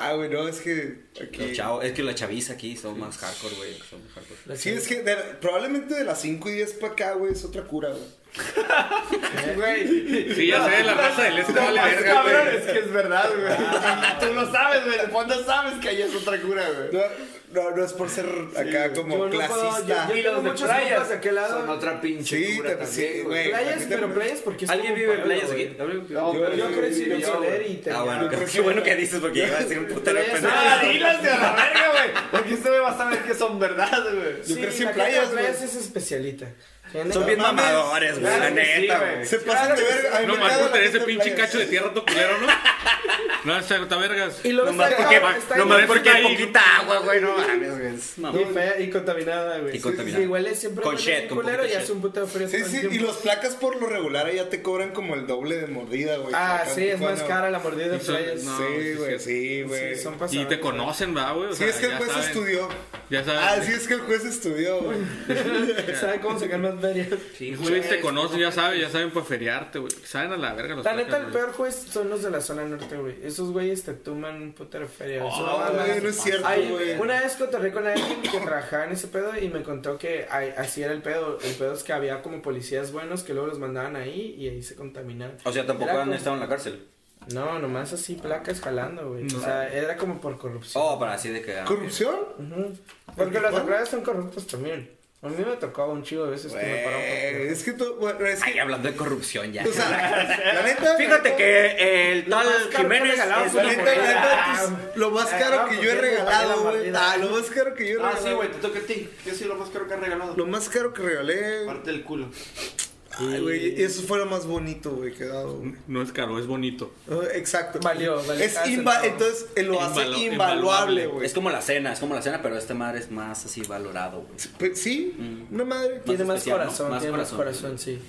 Ah, güey, no, es que
Los
aquí...
chavos, es que la chaviza aquí son más hardcore, güey. Son más hardcore.
Sí, es que de- probablemente de las 5 y 10 para acá, güey, es otra cura, güey.
Güey.
Sí, ya sé, la raza del este vale verga, güey.
es que es verdad, güey.
[laughs]
Tú lo sabes, güey. ¿Cuándo sabes que ahí es otra cura, güey?
No, no, no es por ser acá como
Yo no puedo,
clasista.
yo- yo-
Y los de
Muchas
playas
compas de aquel lado.
son otra pinche
Sí,
cura
te- sí,
también,
güey.
güey.
Playas, pero playas porque es
¿Alguien
como
vive en
pueblo,
playas
güey.
aquí?
No, pero yo crecí en
Yo, güey.
Soler y te
Ah, bueno,
yo creo
qué,
que-
qué bueno que dices porque iba a decir un putero
Pero ya
pendejo.
sabes.
Ah, dilas de a la verga, güey. Porque usted va a saber que son verdad, güey.
Yo
Sí,
crecí en
la gente de
playas,
playas
güey.
es especialita. Gente-
Son bien
No mames.
mamadores, güey, la
Claro que sí,
neta,
güey.
güey.
Se pasan de verga. a mí
Ah, No
me
más
caga la
por ese
gente de
pinche
playas.
cacho de tierra tu culero, ¿no? No, está está vergas.
Y luego
Nomás
está
porque,
acá, está
nomás
ahí,
por-
porque
está
hay
ahí.
poquita agua, güey, no mames, güey. es mamón.
Y fea y contaminada, güey.
Ah. Y contaminada.
Sí, sí, huele siempre
Con
huele
shit,
bien
con
culero
poquito
y
shit.
hace un puto fresco.
Sí, sí, y los placas por lo regular allá te cobran como el doble de mordida, güey.
Ah,
Acá en
sí, es
Tijuana,
más cara la mordida de
Y son-
playas.
no,
sí,
sí,
güey,
sí.
sí, güey.
Sí,
Sí,
son pasadas.
Y te conocen, ¿verdad, güey? O sea,
es que el
ya
juez
saben.
estudió.
Ya sabes.
Ah, sí, es que el juez estudió,
[laughs]
güey.
¿Sabe cómo sacar más ferias?
Sí,
Güey, te conocen, ya saben, ya saben para feriarte, güey. Saben a la verga los
La neta,
placas,
el
güey.
peor juez son los de la zona norte, güey. Esos güeyes te tuman un puto de feria. güey. Eso no
Ah,
mames.
güey, no es cierto,
Ay,
güey.
una vez cotorré con alguien que trabajaba en ese pedo y me contó que ay, así era el pedo. El pedo es que había como policías buenos que luego los mandaban ahí y ahí se contaminaban.
O sea, tampoco
Era
han
como-
estado en la cárcel.
No, nomás así placas jalando, güey. O sea, era como por corrupción.
Oh, para así de que. ah,
¿Corrupción?
Ujú. Porque los acreedores son corruptos también. A mí me tocó un chivo de veces que me pararon por
Güey,
corrupción.
es que tú, bueno, es que,
Ay, hablando de corrupción ya.
o sea, la neta.
Fíjate que el tal
más caro
Jiménez.
que regalado
es-
La neta, la neta,
Ah,
tus- lo más caro
ah,
que
pues
yo he
ya te pagué
regalado,
la
güey.
mordida.
Ah, lo más caro que yo he
Ah, sí,
regalado.
güey, te toca a ti. Yo soy lo más caro que he regalado.
Lo más caro que regalé.
Parte del culo.
Ay, güey, y eso fue lo más bonito, güey, que he dado, güey.
No es caro, es bonito.
Ah, Exacto.
Valió, valió
Es
cada
inva-
centavo.
entonces eh, lo hace
Invalo-
invaluable,
invaluable.
güey.
Es como la cena, es como la cena, pero este mar es más así valorado, güey.
Pues, Sí, una madre.
Tiene más
especial, ¿no?
corazón,
Más
tiene más
corazón.
corazón, sí.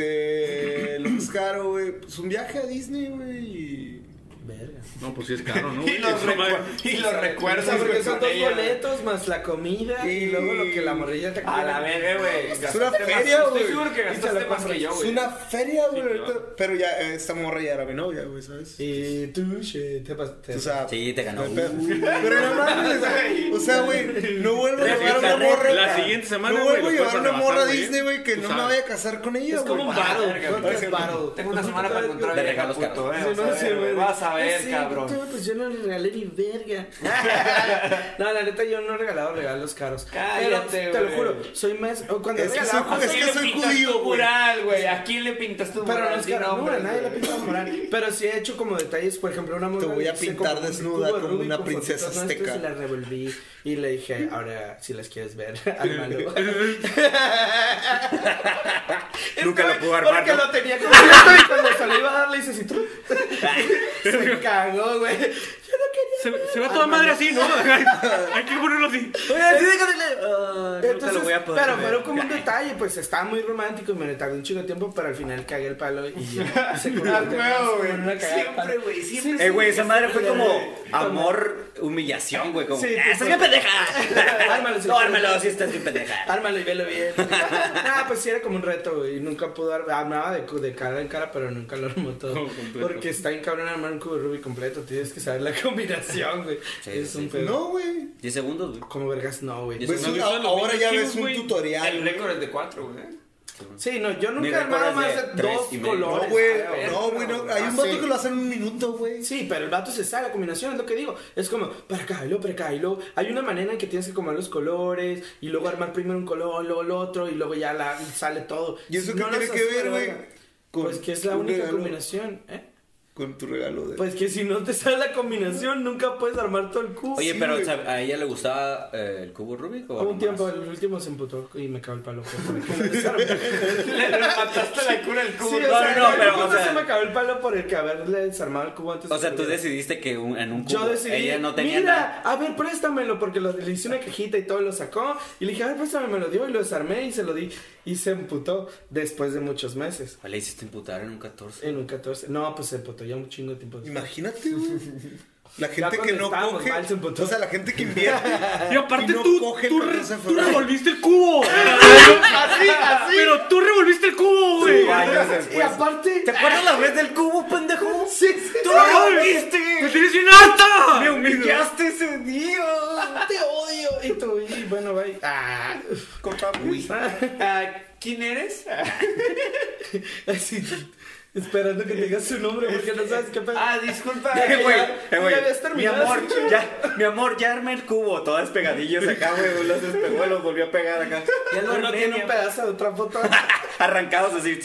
Este, lo más caro, güey, pues un viaje a Disney, güey. y-
Verga.
No, pues sí es caro,
[laughs]
¿no? güey?
Y los,
Eso, madre.
recuer- y los
O
recuerdos,
sea, porque son dos
güey, con ella, güey.
boletos más la comida y
Y-
luego lo que la morrilla te
A la verga, güey.
Es una
Gastaste más-
feria, güey.
Estoy seguro que gastaste más que yo,
Es
güey.
una feria, güey. ahorita- Pero ya, eh, esta morra ya era mi novia, güey, ¿sabes?
Y tú, che, te pasaste.
O sea,
Sí, te ganó.
no hay pedo. Pero no mames, güey. O sea, güey, no vuelvo a llevar una morra.
La siguiente semana,
No
güey,
vuelvo a
lo
llevar
puedes
una morra a
rebasar,
Disney, güey, que
Tú
no me
sabes.
vaya a casar con
es
ella, güey.
como un battle,
verga,
creo que es
parece-
battle.
Tengo una
[laughs]
semana para encontrar
De
a vieja,
regalos
puto,
caros.
eh. Vas a
Sí,
ver,
güey.
Vas a ver,
Sí,
cabrón.
tú, Pues yo no le regalé ni
[laughs]
verga. [laughs] no, la neta, yo no he regalado regalos caros.
Cállate,
Pero, Te lo
güey.
juro, soy más. o Cuando
Es que
regalaba
soy-
cosas-
es que
¿A quién le
soy
pintas
judío,
tu
güey.
mural, güey? ¿A quién le pintas tu mural?
Pero no es
Di
caro, no,
nombres,
a nadie le
güey.
pinta moral. Pero sí he hecho como detalles, por ejemplo, una morra
Te voy
le
a
hice
pintar
como un cubo
desnuda
de
como
Rubik
una
con
princesa
fotitos nuestras
azteca.
Y la revolví y le dije, ahora si las quieres
[laughs]
ver, [laughs] ármalo.
Nunca lo pudo armar,
Porque
¿no?
lo tenía completo y cuando se lo iba a dar le hice así.
[laughs]
tru- Se cagó, güey. Yo no quería.
Se, se va
Ah,
toda madre así, ¿no? Hay que ponerlo así.
Entonces, pero fueron como un detalle, pues estaba muy romántico y me tardé un chingo de tiempo, pero al final cagué el palo y ya.
[laughs]
Y se convirtió en una cagada de palo.
Siempre, güey, siempre.
Eh, güey, esa madre fue como amor, humillación, güey. Como,
Sí,
"Ah,
pues,
estás bien
[laughs] Ármalo,
pendeja.
sí.
No, ármalo, sí, estás bien pendeja.
Ármalo y velo [laughs] bien. ah, pues sí era como un reto, güey. Y nunca pudo ar- armaba de, cu- de cara en cara, pero nunca lo armó todo.
Como completo.
Porque está bien cabrón armar un cubo de Rubik completo. Tienes que saber la [laughs] combinación, güey.
Sí,
es
sí,
un
sí.
pedo.
No, güey.
10 segundos, güey.
Como vergas, no, güey. Pues,
Yo-
Ves
no
un-
hizo
a-
los
Pues Ahora ya
Mickey
ves
Cube,
un
güey.
tutorial.
El
güey.
récord es de cuatro, güey.
Sí, no, yo nunca he
récord
armado
es
más
de
de
tres
dos
y medio.
No,
colores.
güey.
a ver,
No, güey. no. Hay
Ah,
un vato
sí.
que lo hace en un minuto, güey.
Sí, pero el vato se sabe la combinación, es lo que digo. Es como, para acá, y luego para acá, y luego. Hay una manera en que tienes que comer los colores, y luego armar primero un color, luego el otro, y luego ya la, sale todo.
¿Y
Si
eso qué
no
tiene
las
que
haces,
ver,
la
güey?
verga.
con
Pues que es la
un
única
regalo?
combinación, ¿eh?
con tu regalo de.
Pues que si no te sale la combinación, nunca puedes armar todo el cubo.
Oye,
Sí,
pero
güey.
o sea, ¿a ella le gustaba eh, el cubo Rubik o
Hubo un
nomás?
tiempo, el último se emputó y me acabó el palo. por- [laughs]
Le mataste la cura al
Sí,
cubo.
o
No,
sea,
no,
no,
pero,
pero
o sea-
se me acabó el palo por el que haberle desarmado el cubo antes.
O
de
sea, tú
que-
decidiste que un- en un cubo
Yo decidí,
ella no tenía
mira,
nada.
a ver, préstamelo, porque lo- le hice una cajita y todo lo sacó. Y le dije, a ver, préstamelo, me lo dio y lo desarmé y se lo di. Y se emputó después de muchos meses.
Le hiciste imputar en un 14.
En un 14. No, pues se emputó ya un chingo de tiempo. después.
Imagínate, güey. La
Ya
gente que no
contestamos,
coge.
mal se emputó.
O sea, la gente que invierte.
Y aparte
Ah, y no
tú,
coge
tú,
con
re-
esa
tú
forma.
revolviste el
[laughs]
cubo.
Así, así.
Pero tú revolviste el cubo, güey.
años
Y
después.
aparte,
¿Te acuerdas la vez del cubo, pendejo?
sí, sí,
¡Tú
sí.
lo
¡Me
rompiste!
tienes bien harta!
¡Me
Pues,
humillaste ese día!
Ah, te odio. Y tú, y bueno, bye. Ah,
Uy. Ah,
[laughs]
¿Quién eres?
así, esperando que digas su nombre porque no sabes qué pedo.
Ah, disculpa.
Eh,
güey.
ya- ya habías
Mi
terminado.
amor, ya, mi amor, ya armé el cubo. Todas pegadillas acá, güey. Los despegó, los volvió a pegar acá. Ya lo
Uno
armé,
tiene
mi
un
amor.
pedazo de otra
[laughs]
foto.
Arrancados así.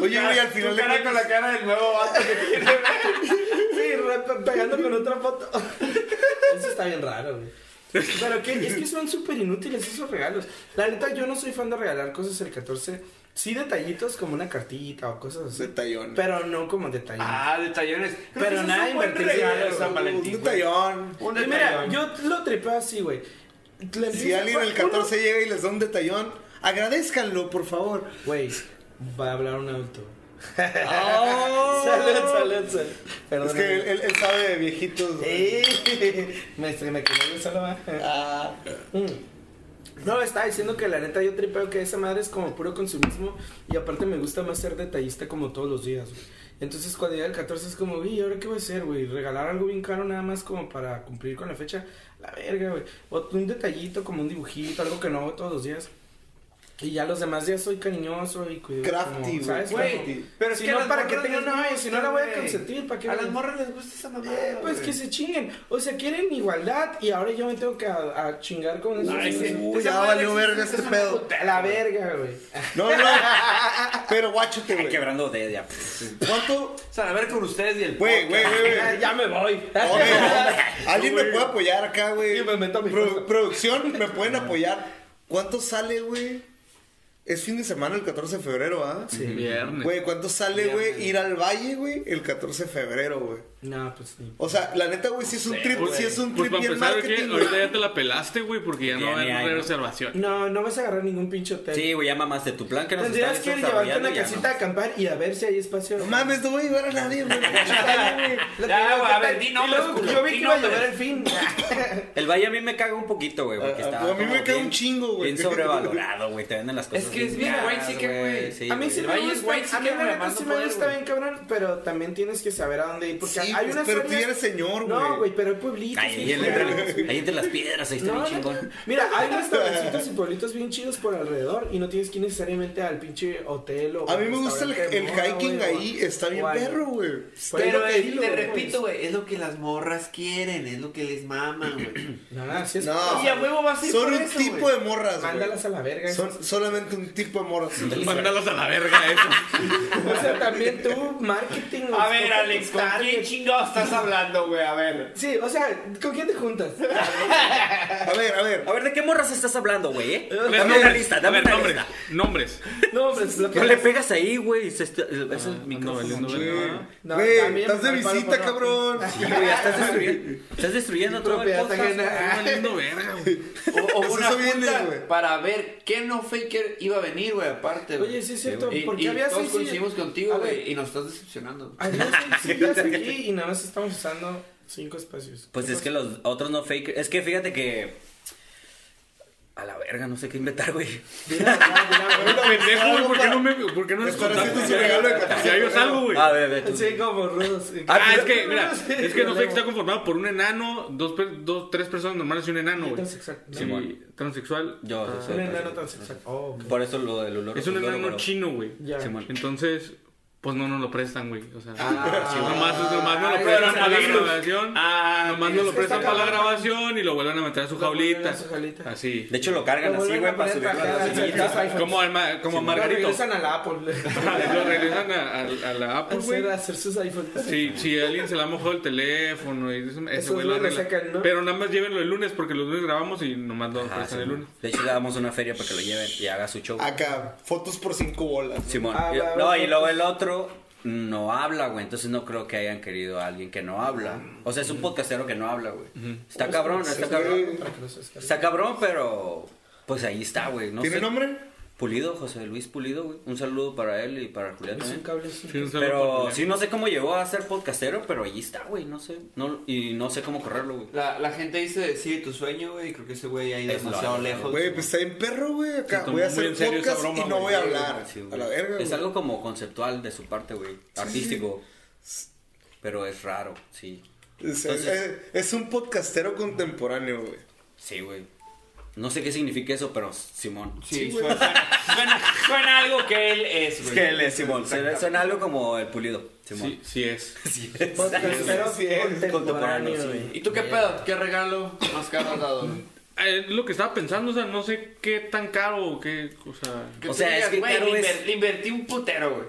Oye, güey, al final
Tu cara
le
con la cara del nuevo vato que tiene.
Sí, re- pe- pegando con otra foto. Eso está bien raro, güey. Pero que, es que son súper inútiles esos regalos. La neta, yo no soy fan de regalar cosas el 14. Sí, detallitos como una cartita o cosas así.
Detallón.
Pero no como detallitos.
Ah, detallones. Creo
Pero
que ese es
nada
un buen
invertirse
regalo
en
de San
un
Un
Valentín. güey.
detallón.
Un
Y mira,
detallón.
yo lo tripeo así, güey. Le
Si
empiezo
alguien el
con uno-
14 llega y les da un detallón, agradezcanlo, por favor.
Güey, va a hablar un adulto.
Oh.
[laughs] Salud, salud, salud. Perdón.
Es que él, él- él sabe de viejitos. güey.
[laughs]
Ah.
me, se me quedó bien solo, va. Mm. No, estaba diciendo que la neta yo tripeo que esa madre es como puro consumismo y aparte me gusta más ser detallista como todos los días, güey. Entonces cuando llega el 14 es como, güey, ¿ahora qué voy a hacer, güey? ¿Regalar algo bien caro nada más como para cumplir con la fecha? La verga, güey. O un detallito como un dibujito, algo que no hago todos los días. Y ya los demás días soy cariñoso y cuido.
Crafty,
como,
güey.
¿sabes?
Güey,
Como-
Pero es
Si
que
no,
a las
para que
morras
tengan
les
novia, si no la voy a
gusta,
consentir,
güey.
¿para qué
A
la-
las morras les gusta esa mamada.
Eh, pues que
güey.
se chinguen. O sea, quieren igualdad y ahora yo me tengo que a, a chingar con eso.
Ay, sí.
Uy,
Esa
ya
madre
valió
existe,
verga
es
este
una
pedo.
A la verga, güey.
No, no. Pero guáchate,
Ay,
güey.
Quebrando de ya.
¿Cuánto?
O sea, a ver con ustedes y el.
Güey, güey, güey, güey.
[laughs]
ya me voy.
Oye, alguien me puede apoyar acá, güey.
Sí, me meto a mi
Pro-
cuenta.
producción,
[laughs]
me pueden apoyar. ¿Cuánto sale, güey? Es fin de semana el 14 de febrero, ¿ah?
Viernes.
Güey, ¿cuánto sale, güey, ir al valle, güey, el 14 de febrero, güey?
No, pues ni.
O sea, la neta, güey, si es un trip, si es un
Pues
trip
para
bien
empezar,
marketing,
que
güey.
ahorita ya te la pelaste, güey, porque ya no
Ya
va a
ni
haber
hay, ¿no?
reservación.
No, no vas a agarrar ningún pinche hotel.
Sí, güey, ya mamás de tu plan que nos
Tendrías
estás
que llevarte
desarrollando,
una
ya no.
casita a acampar y a ver si hay espacio. [laughs]
No mames, no voy a llevar a nadie,
[laughs]
güey.
Lo que-
[laughs] Ya,
lo
güey,
que
a ver,
te-
di
y
nombres,
luego
culo,
Yo vi
di
que iba a
nombres.
llevar el fin.
El valle a mí me caga un poquito, güey, porque
A- a-
está.
a mí
como
me caga
bien-
un chingo, güey.
Bien sobrevalorado, güey. Te venden las cosas.
Es que es bien
caras,
white chicken, güey.
Sí,
a mí
güey.
sí
el
me
Valle es
gusta.
white, sí
A mí
que
la
me
neta
más
sí
no
me
poder,
gusta
güey.
bien, cabrón. Pero también tienes que saber a dónde ir. Porque
Sí,
hay
pues,
unas
pero tú
áreas-
ya eres señor,
No,
güey.
güey, pero hay pueblitos.
Ahí,
y- [laughs]
en el- ahí entre las piedras, ahí está
No,
bien
no,
chingón.
no. Mira, hay restaurancitos y pueblitos bien chidos por alrededor y no tienes que ir necesariamente al pinche hotel o
A mí me gusta el,
restaurante
el
de moda,
hiking
güey, o-
ahí, está bien
o algo.
perro, güey.
Pues,
Pero
es lo que
es-
digo,
te
güey.
repito, güey, es lo que las morras quieren, es lo que les
[clears throat]
maman, güey.
pues. No, así es.
No.
Y a huevo vas a ir
Son
por
un
eso,
tipo
güey.
de morras,
Mándalas a
güey.
la verga.
[laughs] Son solamente un tipo
[laughs]
de morras.
Mándalos a la verga eh. eso.
O sea, también tú, marketing.
A
o-
ver,
o-
Alex, ¿con
target.
quién chingado estás hablando, güey? A ver.
Sí, o sea, ¿con quién te juntas?
A ver, a ver.
A ver, ¿de qué morras estás hablando, güey? eh?
A ver,
Dame una
nombres,
lista,
a
dame
ver,
una
nombres.
lista.
Nombres.
No, pues lo que.
No le pegas ahí, güey. se está- Es
Ah,
el micrófono.
valiendo
chido.
verga.
No,
Güey,
también
estás de
me palo
visita,
por-
cabrón.
Sí, güey, ya
[laughs]
estás destruyendo. Estás destruyendo todo el
Propiedad
podcast.
ajena.
Está valiendo Ah, verga, güey.
O, o
Pues
una
eso viene,
junta
güey.
para ver qué no faker iba a venir, güey, aparte. güey.
Oye, sí es cierto,
Y,
porque
y
había
todos
seis-
coincidimos contigo,
A ver.
güey, y nos estás decepcionando.
Había seis sillas aquí y nada más estamos usando cinco espacios.
Pues es que los otros no fake. Es que fíjate que. A la verga, no sé qué inventar, güey.
Pendejo, güey, ¿por qué no me por qué no nos
Estar haciendo
contaste?
su regalo de 14
Ya yo salgo, güey.
A ver, ve tú.
Sí, como rudos.
Ah, es que, mira, es que no sé que está conformado por un enano, dos, per- dos tres personas normales y un enano, güey.
Transexual.
Sí, transexual.
Yo,
Ah.
sí soy
Un enano
transexual.
transexual. Oh, ok.
Por eso lo del olor.
Es un
olor,
enano
olor.
chino, güey.
Ya.
Simón.
Entonces, pues no nos lo prestan, güey. O sea,
Ah.
sí, nomás, nomás no
Ay,
lo prestan
bueno,
para la
virus.
grabación.
Ah,
nomás no
mira,
lo
es que está
prestan para la
cabrón.
grabación y lo vuelven a meter a su
Lo vuelven a
jaulita.
su jaulita.
Así.
De hecho, lo
Lo
cargan así,
vuelven
güey,
a
para
poner
subirlo a
para
la
acá, [laughs]
sillita.
para acá.
Como, al ma- como a
Lo
Margarito.
regresan a la Apple.
[laughs]
Pues,
Lo regresan a, a- a la Apple, Ah, güey.
Hacer, hacer sus iPhones.
Sí, si alguien se le ha mojado el teléfono y eso,
Esos
güey lo
güey lo
arregla.
sacan, ¿no?
Pero nada más llévenlo el lunes porque los lunes grabamos y nomás lo
Ajá,
prestan el lunes.
Simón. De hecho, le damos una feria para que lo lleven y haga su show.
Acá, fotos por cinco bolas.
Simón.
Ah,
Y-
va, va,
no,
va.
y luego el otro no habla, güey. Entonces no creo que hayan querido a alguien que no habla. O sea, es
Mm.
un podcastero que no habla, güey. Está cabrón, está cabrón.
Para que los descarguen.
Está cabrón, pero pues ahí está, güey. No
¿Tiene
sé.
nombre?
Pulido, José Luis Pulido, güey. Un saludo para él y para Julián
Es un
también.
cable, es un-
Sí, un saludo por
Pero
Julián.
¿eh? sí, no sé cómo llegó a ser podcastero, pero ahí está, güey. No sé. No, y no sé cómo correrlo, güey.
La, la gente dice, sigue tu sueño, güey. y Creo que ese güey ha ido
Es
demasiado
lo-
lejos.
Güey, pues está en perro, güey. Acá
Se tomó
voy a
muy
hacer
en serio esa
podcast
broma,
y no
güey.
voy a hablar.
Sí,
a
güey.
la verga,
Es
güey.
algo como conceptual de su parte, güey. Artístico. Pero es raro, sí.
Es,
Entonces-
es- es un podcastero contemporáneo, güey.
Sí, güey. No sé qué significa eso, pero Simón. [laughs]
Sí, suena, suena, suena algo que él es, güey.
es Simón. Suena, suena algo como el pulido.
Sí,
Simón.
sí es. [laughs]
Sí, [laughs] es.
Podcastero
Sí, es
contemporáneo,
contemporáneo, sí.
güey.
¿Y tú qué pedo? ¿Qué regalo más caro has dado, [laughs] güey?
Eh, es lo que estaba pensando, o sea, no sé qué tan caro o qué, o sea...
O sea,
tú digas,
es que
güey,
caro
le,
es-
inver- le invertí un putero, güey.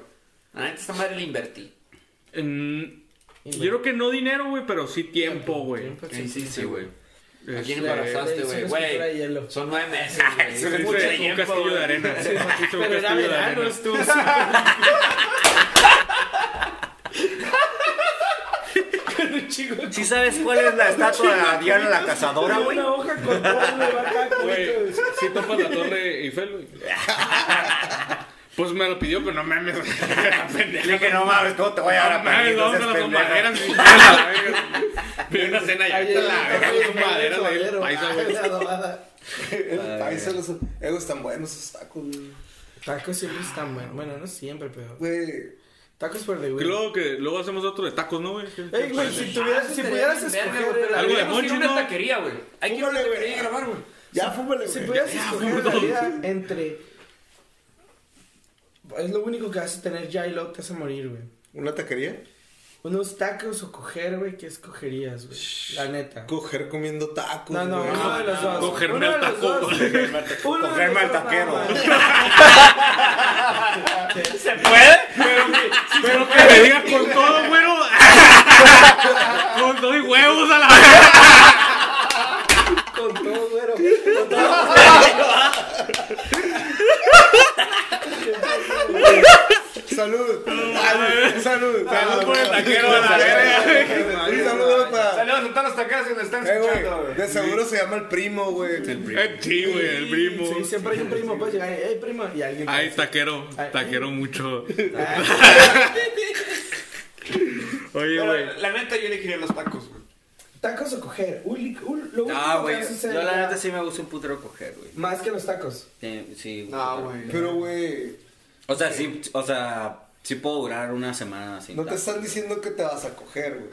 La neta, esta madre le invertí.
en- yo creo que no dinero, güey, pero sí tiempo, güey.
Tiempo,
Sí, sí, sí, güey. ¿A
Este,
quién embarazaste,
le hice una
güey?
escultura de
Güey,
hielo.
son nueve meses, güey.
sí,
Es
sí,
mucho
un
tiempo,
castillo
güey.
de arena. Sí, hizo un
Pero era
castillo de
verano,
arena.
estuvo
¿Sí sabes cuál es la estatua de Diana la cazadora, güey?
Una hoja con doble vaca,
Güey,
güey.
sí topas la torre Eiffel, güey. Pues me lo pidió, pero no mames.
Le dije, no mames, ¿cómo te voy a dar a
Ay,
perdidos,
vamos a
es
las
pendejo?"
bombarderas. güey. A la verga. Vi una cena ya
Ahí
con la
está,
verga,
güey,
con maderas ahí,
solero.
paisa, güey.
Ah, [laughs] la adobada.
El paisa, los egos están buenos esos tacos, güey.
Tacos siempre están buenos. Bueno, no siempre, pero.
Güey.
Tacos por de
Que
güey.
Luego que luego hacemos otro de tacos, ¿no, güey?
Ey, güey, si tuvieras, si
Estaría
pudieras
bien verga,
escoger.
güey, pero
Algo de
deberíamos ir a
Monchi, ¿no?
una taquería, güey. Hay que ir a una
Fúmale, güey.
taquería y grabar, güey.
Ya, fúmale,
Si
güey.
pudieras escoger la vida entre. Es lo único que vas a tener ya y luego te vas a morir, güey.
¿Una taquería?
Unos tacos o coger, güey, ¿qué escogerías, güey? La neta.
Coger comiendo tacos,
No, no,
güey.
uno de los dos.
[laughs] Cogerme
Uno de
al
los
taco.
dos. Uno de
Cogerme
los
al
dos, nada
taquero.
¿Se puede?
Pero que me digas con todo, güero. [laughs] Con todo y huevos a la verga.
más. Con todo,
[laughs]
güero.
Salud. Salud. Salud.
Salud por el taquero a la verga.
Un saludo para.
Saludos a todos los taqueros que nos están
Eh,
escuchando,
güey.
güey.
De seguro se llama el primo, güey.
Eh, Sí, güey, el
Sí,
primo.
siempre hay un primo, puedes llegar, hey, primo, y alguien. te
Ay,
dice,
taquero,
Ay.
taquero mucho.
"Ah,
[laughs] Oye, güey.
Pero, La neta, yo elegiría los tacos, güey.
Tacos o coger. Uy, uy, lo único
Ah,
que
güey.
vas a hacer
Yo la
ya-
neta sí me gusta un putero coger, güey.
Más que los tacos.
Eh, Sí, un
No,
putero.
güey.
Pero, güey,
O sea, sí, o sea, sí puedo durar una semana sin
no te
tacos.
están diciendo que te vas a coger, güey.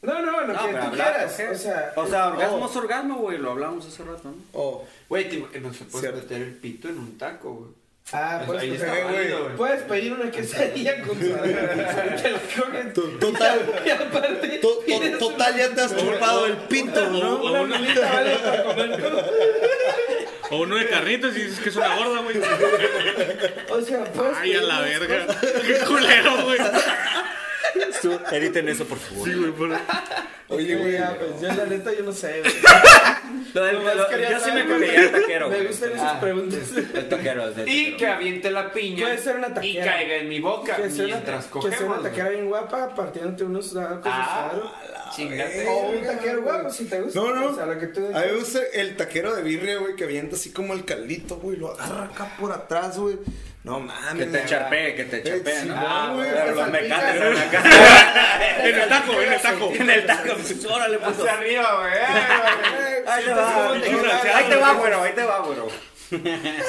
No, no,
No,
lo que
pero
tú
hablar,
quieras.
coger.
O sea,
O sea, orgasmo
oh.
es orgasmo, güey. Lo hablamos hace rato, ¿no?
Oh,
Güey, te- que no se puede
Cierto.
meter el pito en un taco, güey.
ah,
Pues
puedes,
ahí
coger,
está
güey.
válido, güey.
puedes pedir una quesadilla con [laughs] salsa. Te la cogen.
To- total,
[laughs] Y aparte,
to- to-
tienes
total ya te has chupado el pito,
O,
¿no?
o uno, o uno de carnitas y dices que es una gorda, güey.
una- O sea, puedes.
Ay, a la
pedir unas [laughs]
verga. Qué culero, güey.
Editen eso, por favor.
Sí, güey, por-
Oye,
Oye,
güey.
ya, pues yo la neta yo no sé, güey.
Lo del-
Nomás
lo-
quería
yo sí me
saber,
cogería el taquero,
Me
güey.
gustan
Ah.
esas
[laughs]
preguntas.
El taquero, el
Y
taquero.
que aviente la piña.
Puede ser una
Y
taquera.
caiga en mi boca
Que sea una,
mientras
que sea
cogemos.
una taquera bien guapa, partiéndote unos tacos
Ah,
de suadero.
Chingate.
O un taquero guapo, si te gusta.
No, no.
O sea, lo que tú
A mí me gusta el taquero de birria, güey, que avienta así como el caldito, güey, lo agarra acá por atrás, güey. No mames.
Que te
la-
charpee, que te
Eh,
charpee,
sí,
¿no?
no, güey,
Pero
te
los
salpicas.
mecates en
[laughs]
la
En el taco, en el taco.
En el taco, pues, órale, pues. Ah,
Hacia arriba, güey.
Eh,
Ahí
sí,
te va,
sí,
güey. Ahí te va, güero, ahí te va, güero.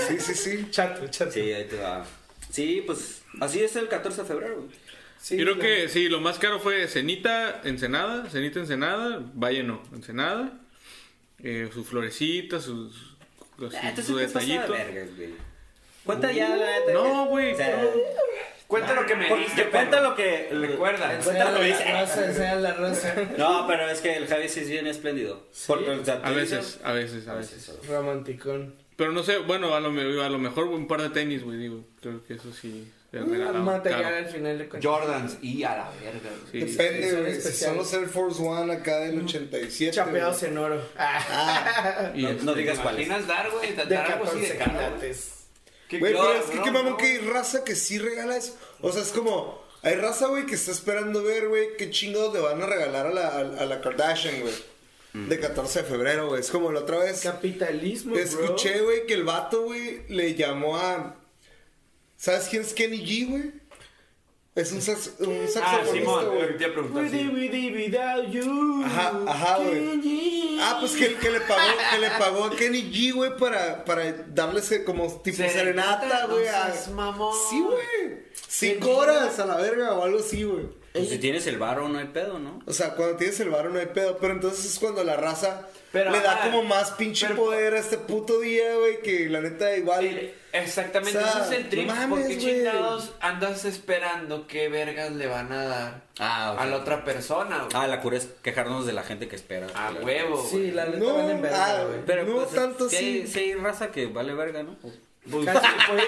Sí, sí, sí.
Chato, chato.
Sí, ahí te va. Sí, pues así es el 14 de febrero, güey.
Sí,
Yo creo
la-
que sí, lo más caro fue Cenita, Ensenada, Cenita, Ensenada, Valle no, Ensenada. Eh, su florecita, sus, los-
Ah,
su
Entonces, ¿qué pasa de
detallito.
Uh,
vergas, güey? Cuenta ya la neta.
No, güey.
O sea,
no.
Cuenta lo que me
Porque
diste.
cuenta
perro.
lo que-
Recuerda.
Enseña la [laughs] rosa, enseña la rosa.
[laughs]
No, pero es que el Javi sí es bien espléndido. Porque, o sea,
A
tú
veces,
dices-
a veces, a
A
veces.
veces.
Romanticón.
Pero no sé, bueno, a lo, me- a lo mejor un par de tenis, güey, digo. Creo que eso sí. le
Mm,
regalaba,
Material
caro.
al final de cuentas.
Jordans y a la verga. güey.
Sí, sí.
Depende,
son
güey, si son
especiales.
los Air Force One acá del 87.
Chapeados
güey. Ah,
en oro.
Y
No,
este,
no digas
¿Te
cuáles.
imaginas dar, güey?
Ah, de
Tratar algo así
14
de caro, Ah, güey?
quilates.
Qué
Güey, pero
cabrón,
es que
no,
qué mamón
no,
que hay raza que sí regala eso. O sea, es como, hay raza, güey, que está esperando ver, güey, qué chingados le van a regalar a la, a, a la Kardashian, güey.
Mm.
De 14 de febrero, güey. Es como la otra vez.
Capitalismo, bro.
Escuché, güey, que el vato, güey, le llamó a. ¿Sabes quién es Kenny G, güey? Es un, sax- un
Ah,
saxofonista,
Simón,
güey.
te iba a preguntar.
With
sí.
it, with it, without you.
Ajá, ajá, güey.
Kenji.
Ah, pues que, que le pagó, que le pagó a Kenny G, güey, para, para darle ese como tipo
Serenata,
serenata,
no
güey. a-
seas mamón.
Sí, güey. Cinco horas a la verga o algo así, güey.
Pues si tienes el varo, no hay pedo, ¿no?
O sea, cuando tienes el varo no hay pedo, pero entonces es cuando la raza
Pero,
le da
ajá,
como más pinche
pero-
poder a este puto día, güey, que la neta igual.
El- Exactamente,
O sea,
ese es el trip.
no mames,
porque
güey.
chingados andas esperando qué vergas le van a dar
Ah, o sea,
a la otra persona, güey?
Ah, la cura es quejarnos de la gente que espera.
A
Claro.
huevo,
Sí,
güey.
la neta
No,
valen verga,
ah,
güey.
pero- No tanto
sí. hay-
sí.
sí hay raza que vale verga, ¿no?
Pues, pues,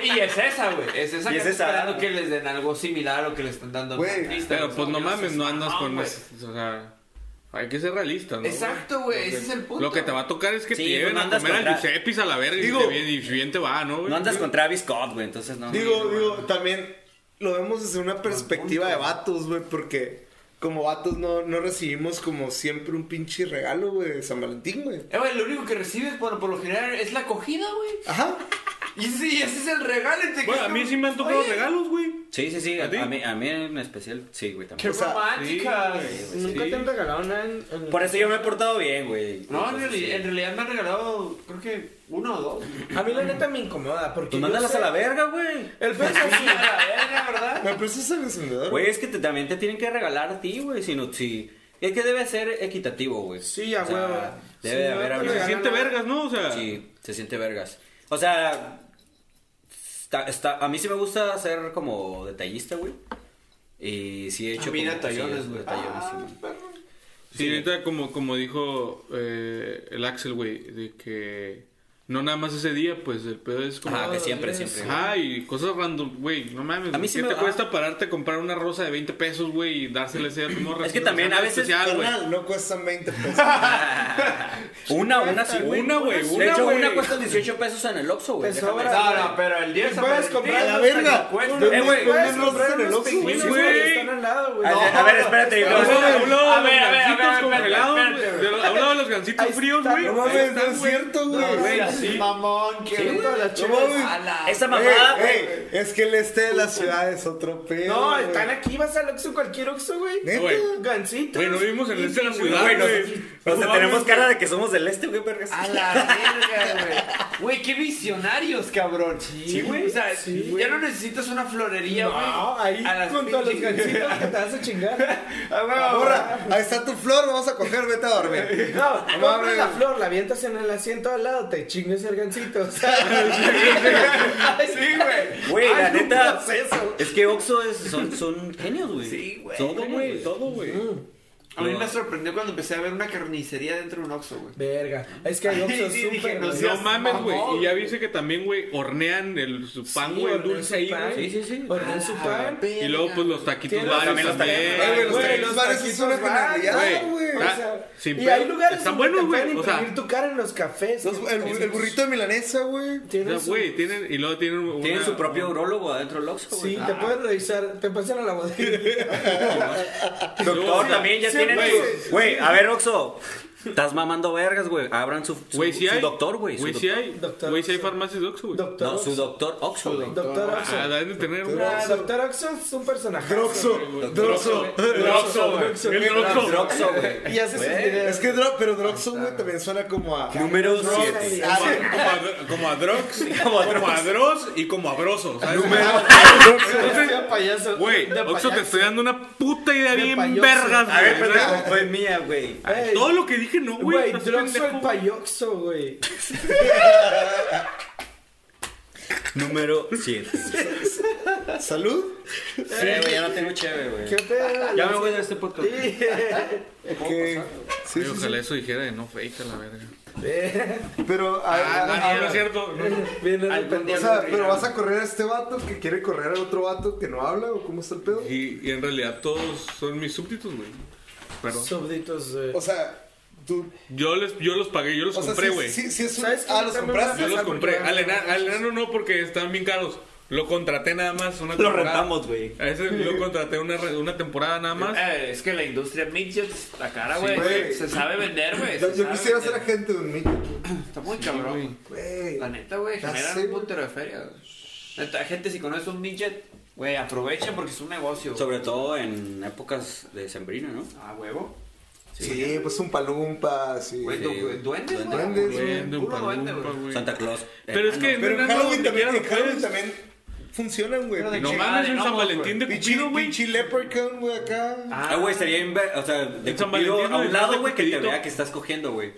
y es esa, güey. Es esa
Y
que
es esa.
está esperando que les den algo similar a lo que le están dando al
Güey.
artista,
Pero
güey.
pues no mames, no andas
mamón,
con
güey.
eso. O sea, hay que ser realistas, ¿no?
Exacto, güey. Ese es el punto.
Lo que te va a tocar es que
Sí, pues
te
no
lleven a
andas
comer
contra-
al Giuseppe's a la verga
Digo-
y, te viene- y bien te va, ¿no? güey?
No andas con Travis Scott, güey, entonces no.
Digo,
no,
digo,
no.
también lo vemos desde una perspectiva de vatos, güey, porque como vatos no, no recibimos como siempre un pinche regalo, güey, de San Valentín, güey.
Eh, güey, lo único que recibes, bueno, por lo general, es la acogida, güey.
Ajá.
Y sí, ese es el regalo. y te
Bueno, a
quedas
mí
como,
sí me han tocado
"Oye,
regalos, güey.
Sí, sí, sí.
¿A
A,
ti?
a mí, a mí en especial, sí, güey,
Qué
también.
O sea,
romántica.
sí.
pues, Nunca te han regalado nada en, en-
Por eso yo me he portado bien, güey.
No, en,
Entonces,
reali-
sí.
en realidad me han regalado, creo que uno o dos.
A mí la neta me incomoda porque.
Pues
yo
mándalas
sé-
a la verga, güey.
El pedo es [laughs]
Sí, a la verga, ¿verdad?
¿Me prestas el encendedor?
Güey, es que te- también te tienen que regalar a ti, güey. Si no, si... Es que debe ser equitativo, güey.
Sí, a
O sea,
huevo.
Debe
Sí,
de
no
haber
te
algo.
Se
regalan
siente
nada.
vergas, ¿no? O sea,
Sí, se siente vergas. O sea, está, está- a mí sí me gusta ser como detallista, güey. Y sí he hecho.
mí
como-
detallones,
sí,
güey.
detallones, sí, güey.
Sí, neta, como, como dijo eh, el Axel, güey, de que no nada más ese día, pues el pedo es como.
Ajá, que Ah, siempre, siempre. güey.
Ajá, y cosas random, güey, no mames.
A mí sí
¿Qué
me-
te
ah.
cuesta pararte a comprar una rosa de 20 pesos, güey, y dársela ese a tu morra?
Es que
Sí,
también
algo
a veces,
especial, güey.
Carnal, no cuestan 20 pesos.
Una, una sí, güey.
Una, güey, una,
De hecho,
güey.
una cuesta 18 pesos en el Oxxo, güey.
Te
déjame
sobra.
decirte.
No, no, pero el 10
Puedes comprar la verga.
Eh, güey,
Puedes
Puedes comprar
comprar en el
unos
Oxxo, güey.
pingüinos,
güey.
güey, que están al lado, güey.
A ver, a ver, espérate.
A un lado- a un lado
A
de
ver, a
los
ver, a ver,
gancitos
espérate,
congelados, güey. De-
espérate,
a un lado de los gancitos
Ahí
fríos,
está,
güey.
No
Ahí
mames, no
están,
es
güey.
cierto, güey.
No, güey,
Sí,
sí.
Mamón, que
Sí,
ahorita
güey.
las
No
chivas
mames.
a la-
Esa
Ey,
mamada.
ey, es que el este de la ciudad es otro pedo.
No,
güey.
están aquí, vas al Oxxo, cualquier Oxxo, güey.
¿Neta?
Güey.
Gancitos.
Güey, no vivimos en el este de la ciudad,
Güey, nos-
güey.
o
No
sea,
mames,
tenemos cara de que somos del este, güey, vergas.
A la verga, güey. Güey, qué visionarios, cabrón. Sí,
güey.
O sea,
Sí,
ya
güey.
no necesitas una florería, güey.
No, ahí
A las
junto a los
pinches-
gancitos que te vas a chingar.
Ah, güey,
Morra, ahí está tu flor, vamos a coger, vete a dormir.
[laughs] No, compras
mames.
la flor, la avientas en el asiento al lado, te chingas el gancito. O sea,
Sí, güey.
Güey, la
hay un
neta.
proceso.
Es que Oxxo es, son, son genios, güey.
Sí, güey.
Todo, güey.
Todo, güey.
A mí me sorprendió cuando empecé a ver una carnicería dentro de un Oxxo, güey.
Verga, es que hay Oxxo
Sí, dije,
súper,
no
güey.
seas
No mames, güey.
mamón,
Y ya viste que también, güey, hornean el, su pan, güey,
Sí,
el
hornean
dulce
su
ahí,
pan.
güey.
Sí, sí, sí.
Hornean su pan.
Y luego, pues, los taquitos
Tiene-
varios
también los
también.
taquitos.
Güey,
Eh,
los
Güey,
taquitos
los
varios sí son una
taquitos
genialidad,
varios.
güey.
O
Ah,
sea,
sin
y
pedo.
hay lugares
Están
donde
buenos,
te
güey,
pueden
o sea.
imprimir tu cara en los cafés.
Los- el, el burrito de milanesa,
O
güey.
sea,
Tienes un-
güey, tienen, y luego tienen una-
Tienen su propio urologo adentro del Oxxo, güey. Ah.
Sí, te pueden revisar, te pasan a la bodega.
Doctor,
Sí,
también ya
sí,
tienen
güey.
su- Güey, a ver, Oxxo. Estás mamando vergas, güey. Abran su, su,
Güey, sí
su
hay.
doctor, güey. su
Güey,
doc-
sí hay.
Doctor
Güey, sí hay
Oxxo.
farmacias de Oxxo, güey.
Doctor
No, su
Oxxo.
doctor Oxxo, güey.
Doctor Oxxo.
Ah, deben de tener un
Ah, Doctor Oxxo es un personaje.
Droxo, Droxo.
Droxo, güey. El Droxo.
Droxo, güey.
Y haces el video.
Es que Dro- pero Droxo, güey, también suena como a.
Número
Droxo.
7.
Como a- como a- Como
[laughs]
a Drox, como a Drox y como a Broso, ¿sabes?
Sea payaso.
Güey,
De
Oxo, te
payaso.
estoy dando una puta idea
De
bien
payaso.
vergas,
A ver,
güey.
pendejo, fue mía, güey.
Ey,
Todo lo que dije no, güey.
Güey,
estás
Droxo
pendejo,
el
güey.
payoxo, güey.
Número 7.
¿Salud?
Eh, güey, ya no tengo chévere, güey.
¿Qué pedo?
Ya me voy de este podcast.
Que- sí,
Ay,
sí,
ojalá eso dijera de no fake a la verga.
sí. Pero, a-
Ah,
a-
no,
a-
no, es cierto. No.
Bien, no te
Algún
o
día
sea,
me
pero
reirán.
vas a correr a este vato que quiere correr al otro vato que no habla o cómo está el pedo.
Y, y en realidad todos son mis súbditos, güey. Perdón.
Súbditos. eh.
O sea, tú.
Yo, les, yo los pagué, yo los
O sea,
compré,
sí-
güey.
sí, sí es un-
¿Sabes qué?
Ah, los
También
compraste.
Yo los
Ah,
compré.
porque-
Al, ena- al enano no, porque están bien caros. Lo contraté nada más una
Lo
temporada.
rentamos, güey.
A ese lo contraté una, re- una temporada nada más.
Eh, es que la industria midget está cara, güey.
güey.
se sabe vender, güey.
Yo,
se
yo
sabe
quisiera
vender.
ser agente de un mito.
Está muy cabrón. güey.
Güey.
La neta, güey,
Ya
generan
sé,
un
güey.
puntero de feria. güey. Neta, gente, si conoces un midget, güey, aprovecha porque es un negocio. güey.
Sobre todo en épocas de sembrina, ¿no?
Ah, huevo.
Sí, pues un palumpa, sí.
Güey,
Sí,
du-
güey.
duendes, güey.
Duendes,
Güey, de un
Puro duende,
palumpa,
güey.
güey.
Santa Claus.
Pero es
Ah,
que
no.
Pero en
no,
Halloween
donde
también,
quiera
en
lo
Halloween
puedes.
también funcionan, güey.
No
Chingada
mames,
de
un
gnomos,
San Valentín
güey.
de
Pinche,
Cupido, güey.
pinche leprechaun, güey, acá.
Ah, güey, estaría bien ver- o sea, de
En San
Cupido
Valentino,
a
en
un
San
lado, güey, que te
Cupidito.
vea que estás cogiendo, güey.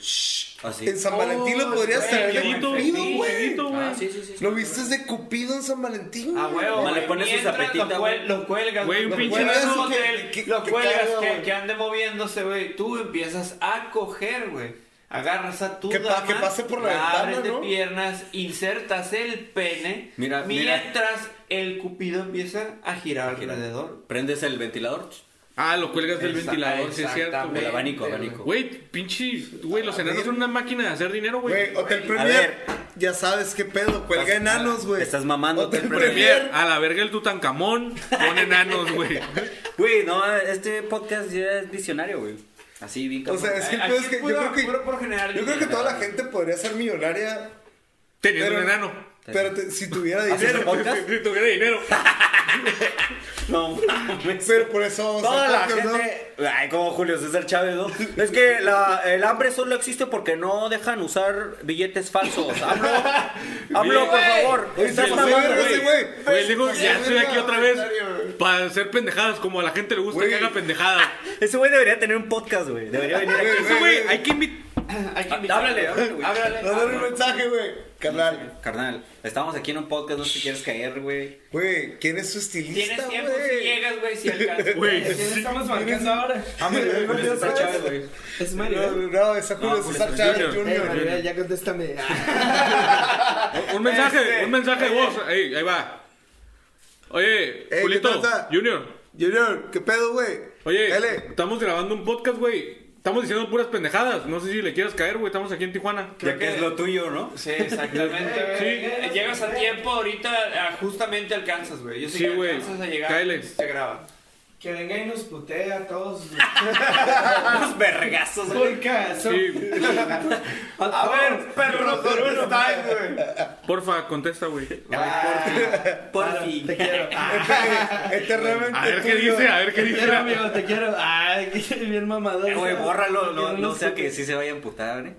Así.
En San Valentín lo podrías
güey,
tener de
Cupido,
Cupido,
sí,
güey.
Cupido, güey.
Ah, sí, sí, sí. sí.
Lo viste de Cupido en San Valentín.
Ah,
güey.
huevo.
Nomás le
güey.
pones su
Mientras
zapetita,
lo,
güey.
cuel- lo cuelgas.
Güey, un
lo
pinche
cuelgas
lazo
en un
que-
hotel,
que-
Lo
que
cuelgas,
caiga,
que,
güey.
que ande moviéndose, güey. Tú empiezas a coger, güey. Agarras a tu
Que pa-
dama,
que pase por la
la abres
ventana, ¿no?
de piernas, insertas el pene,
Mira, mira.
mientras el cupido empieza a girar alrededor.
Prendes el ventilador. pues,
Ah, lo cuelgas del
Exacta-
ventilador, sí es cierto.
exactamente,
El abanico, abanico.
güey.
Ah, Güey, pinche. Güey, los enanos son una máquina de hacer dinero, güey.
Güey, Hotel
A
Premier.
ver.
Ya sabes qué pedo, cuelga
Estás-
enanos, güey.
estás mamando
Hotel
Hotel
Premier.
Premier.
A la verga el Tutankamón con enanos, güey.
Güey, no, este podcast ya es visionario, güey. Así, bien
O
cabrón. Ah,
sea, es que el
Aquí
pedo es que yo
puro-
creo que.
puro por generar
Yo creo que
dinero.
toda la gente podría ser millonaria.
Teniendo
Pero-
un enano.
Pero te- si tuviera
¿Haciendo
dinero.
podcast?
Si tuviera dinero.
No mames.
Pero por eso vamos
Toda
al
la
podcast, ¿no?
gente. Ay, como Julio César Chávez, ¿no? Es que la- el hambre solo existe porque no dejan usar billetes falsos.
[laughs]
AMLO, AMLO, por
Güey.
favor.
Oye,
Estás
se pasó de
mamando,
verga
güey.
ese güey.
Güey, digo, ya estoy aquí otra vez
Güey.
para hacer pendejadas, como a la gente le gusta
Güey.
que haga pendejadas.
Ese güey debería tener un podcast, güey. Debería venir aquí.
Ese güey, hay que invitar.
Hay que
Ah,
invitarlo.
háblale, háblale, güey.
Háblale.
Mándale un mensaje, güey. Carnal.
Carnal, estamos aquí en un podcast, no sé si quieres caer, güey.
Güey, ¿quién es su estilista,
Tienes tiempo si
güey?
llegas, güey, si alcanzas.
Güey,
eh, estamos marcando ahora?
Ah, [laughs] me lo digo,
Julio César Chávez, güey.
Es
No,
Maribel.
no, esa Julio
No,
César
Julio
Chávez
Junior.
Eh,
Jr.
Maribel, ya contéstame.
un mensaje,
Este.
un mensaje de voz. Ahí, ahí va. Oye,
¿qué
Julito,
pasa?
Junior.
Junior, ¿qué pedo, güey?
Oye,
Dale.
estamos grabando un podcast, güey. Estamos diciendo puras pendejadas. No sé si le quieras caer, güey. Estamos aquí en Tijuana.
Ya que es lo tuyo, ¿no?
Sí, exactamente, güey.
Sí.
Llegas a tiempo, ahorita ah, justamente alcanzas, güey. Yo sé
Sí,
que
güey.
alcanzas a llegar.
Cáele.
Se graba.
Que venga y nos putea a todos.
Unos vergazos, güey.
Sí,
A ver, perro, por
[laughs]
un time, güey.
porfa, contesta, güey.
Por fin.
Te quiero. Ah,
Este- Este realmente
A ver qué
tuyo.
dice, a ver qué
te quiero,
dice.
amigo, te quiero. Ay, [laughs] qué bien mamador.
Eh, Güey, bórralo, no,
Que
no sea
nos-
que sí se vaya a emputar, ¿eh?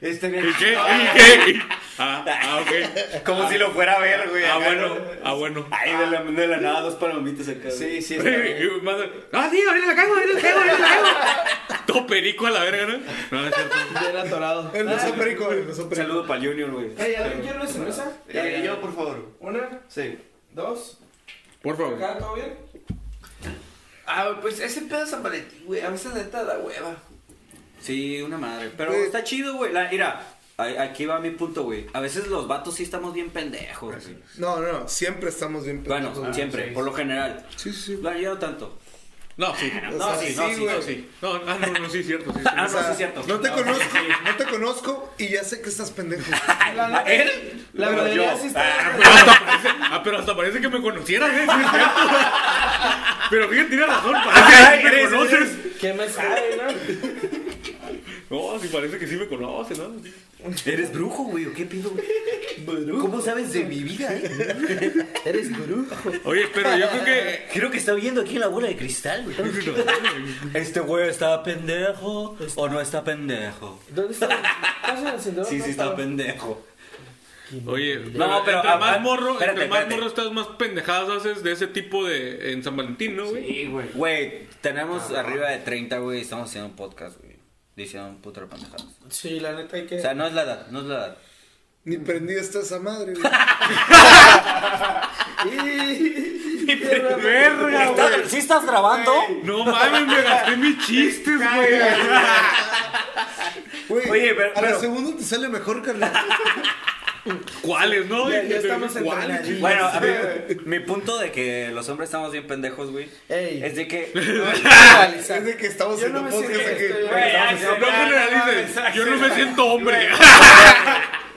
Este
¿Y qué? ¿Y qué? Ah, ah, ok.
Como si lo fuera a ver, güey.
Ah, bueno, ah, bueno. [laughs]
Ay, de la, de la nada, dos palomitas acá.
Sí, sí, está bien.
Y manda, Ah, sí, ahorita la cago, ahorita la cago, ahorita la cago. Todo perico a la verga, ¿no? No, es cierto.
Bien atorado.
El oso perico, el oso
Un
perico.
saludo para el Junior, güey.
Ey, ¿alguien quiere una cerveza?
Eh, yo, por favor.
Una,
Sí.
dos.
Por favor.
¿Acá todo bien?
Ah, pues ese pedo de San Valentín, güey. A veces neta da hueva.
Sí, una madre. Pero
Güey.
está chido, güey. La- Mira, a- aquí va mi punto, güey. A veces los vatos sí estamos bien pendejos. güey.
No, no, no, siempre estamos bien
Bueno,
pendejos.
siempre, por lo general.
Ah, Sí, sí, sí.
No, yo no tanto.
No, sí.
No,
O sea,
sí,
sí,
no, sí,
güey.
no,
No,
sí.
sí. No, ah, no, no, sí, cierto. Sí,
Ah,
O
no,
sea,
sí, es cierto. [laughs]
No te
No,
conozco, no te conozco y ya sé que estás
[laughs]
pendejo.
¿A él?
La
Pero
mayoría
yo.
sí está.
Ah, pero hasta parece, ah, pero hasta parece que me conocieras, ¿eh? Sí, es cierto. Pero fíjate, tiene razón. Parece
caray,
que sí me
eres-
conoces.
¿Qué me sabe, no?
No, sí, parece que sí me conoces, ¿no?
¿Eres brujo, güey? ¿o ¿Qué pedo, güey? ¿Cómo sabes de mi vida, eh?
Eres gurú.
Oye, pero yo creo que.
Creo que está viendo aquí en la bola de cristal, güey. [laughs] Este güey está pendejo o no está pendejo.
¿Dónde está? ¿Estás en el cinturón?
Sí,
No
sí está
estaba.
pendejo.
Oye,
No, pero
entre más
hablan-
morro,
espérate,
entre más
espérate.
morro estás más pendejadas haces de ese tipo de en San Valentín, ¿no, güey?
Sí, güey.
Güey, tenemos arriba de 30, güey, y estamos haciendo un podcast, güey. Diciendo un puto de pendejadas.
Sí, la neta hay que.
O sea, no es la edad, no es la edad.
[laughs]
Ni prendí esta esa madre, güey.
Y-
estás grabando?
No mames, me gasté mis chistes, güey.
Güey,
Oye, pero-
a la
pero-
segunda te sale
[laughs]
mejor, carnal.
¿Cuáles, no?
Ya- ya estamos
¿Cuáles?
entrenadillos.
Bueno, a ver, mi punto de que los hombres estamos bien pendejos, güey,
Ey.
es de que
es de que estamos
Yo no
haciendo
me
podcast
siento que
aquí.
estoy-
Güey,
No
Axel,
generalices. Yo no me siento hombre.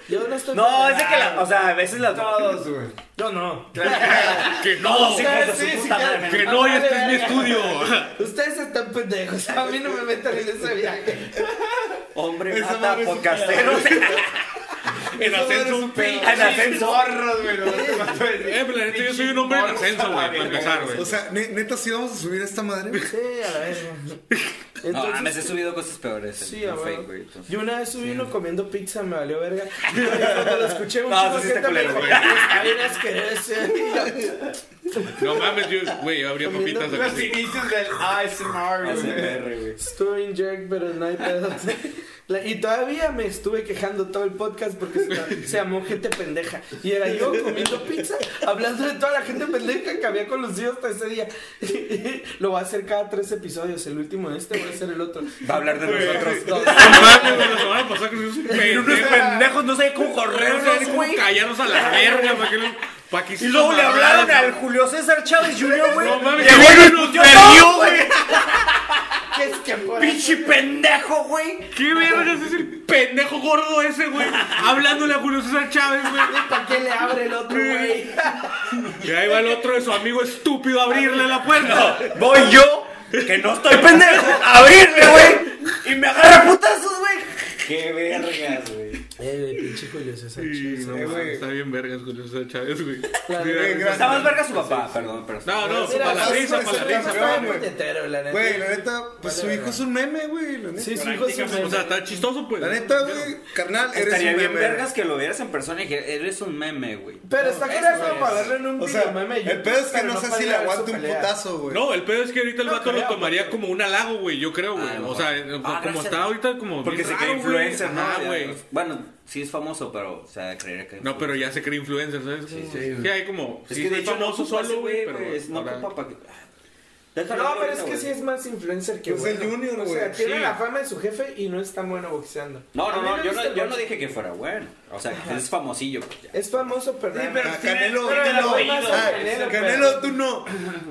Yo no estoy.
No, es de que la. O sea, a veces las.
Todos, güey. Yo no.
Ah, Que no.
Ustedes
hijos de su
sí, sí,
puta
claro.
madre.
Que no, y este es mi estudio.
Ustedes están pendejos. A mí no me metan en ese viaje.
hombre
Esa
mata
madre es un
podcasteros.
[laughs] En ascenso.
En ascenso.
Eh, pero la neta, yo soy un hombre en ascenso, güey. Para empezar, güey.
O sea, ne- neta, si vamos a subir esta madre. [laughs]
Sí, a la vez.
No, mames, he subido cosas peores. en-
Sí,
en
a huevo.
fake, güey, entonces.
Yo una vez subí uno comiendo pizza, me valió verga. Y Cuando lo escuché, un
No,
chico
eso sí está
gente me
culero,
dijo,
güey.
"Está bien asqueroso". Y yo,
No mames, yo, güey, yo abría papitas de
[laughs] Los inicios del ASMR, güey.
ASMR, güey.
Estuve bien jerk, pero no hay pedo. La- Y todavía me estuve quejando todo el podcast porque se, se llamó gente pendeja. Y era yo comiendo pizza, hablando de toda la gente pendeja que había conocido hasta ese día. Lo voy a hacer cada tres episodios. El último de este, voy a hacer el otro.
Va a hablar de nosotros.
Dos.
[laughs] No mames, güey, la semana pasada que nos
Unos
pendejos.
pendejos no sé cómo correrlos, güey.
Callaros a la verga, para que los- para que
Y luego le hablaron al Julio César Chávez Jr., güey.
No mames,
Llegó
que
y
nos
nos
perdió,
perdió, güey.
[laughs] ¿Qué es que por
Pinche pendejo, güey.
¿Qué vergas es el pendejo gordo ese, güey? Hablándole a Julio César Chávez, güey.
¿Para qué le abre el otro, güey?
Y ahí va el otro de su amigo estúpido a abrirle la puerta.
Voy yo, que no estoy pendejo, a abrirle, güey. Y me agarra putazos, güey.
Qué vergas, güey.
Eh, güey, pinche Julio César
Sí,
Chávez.
no, mames, está bien vergas Julio César Chávez, güey.
Claro,
Mira,
güey,
güey.
Está más verga su papá, perdón, pero.
No, no,
Mira,
para la
eso
risa,
es
para la
el
risa.
campeón. güey.
puñetero, la neta.
Güey, la neta, pues su hijo es un meme, güey. La neta,
Sí, su hijo es un
O sea, está chistoso, pues.
la neta güey, carnal, eres
Estaría
un
bien
meme.
vergas que lo vieras en persona y que eres un meme, güey.
Pero está curado para darle en un
O
video
sea,
meme.
el pedo es que
pero
no sé
para
si le
llegar a su
aguante un
pelea.
putazo, güey. Pues
No, el pedo es que ahorita el vato lo
creo,
tomaría como un halago, güey, yo creo, güey.
Ah, no.
o sea,
Ah,
como
gracias.
está ahorita, como.
Porque
bien
se
raro,
cree influencer,
güey.
¿no?
Ajá,
Ya, pues,
güey.
Bueno, sí es famoso, pero, o sea, creería que.
No, pero ya se cree influencer, ¿sabes? Sí, sí, hay como.
Es
sí,
que de
soy
hecho no
famoso
ocupa ese
solo, güey,
güey,
pero.
pues, No
ahora-
ocupa para que. Déjalo
No,
hablar
pero es
ahorita,
que
güey.
sí es más influencer que
Pues el
bueno.
Junior,
O sea,
güey.
tiene
Sí.
la fama de su jefe y no es tan bueno boxeando.
No,
A
no,
mí
no,
me
yo
gusta
no, yo
el
no
box.
dije que fuera bueno. O sea, es famosillo. pues, ya.
Es famoso, pero...
Sí,
nada
pero
Ah,
tiene-
Canelo,
pero el
tú no.
apellido,
Ah,
Canelo, pero-
Canelo, tú no.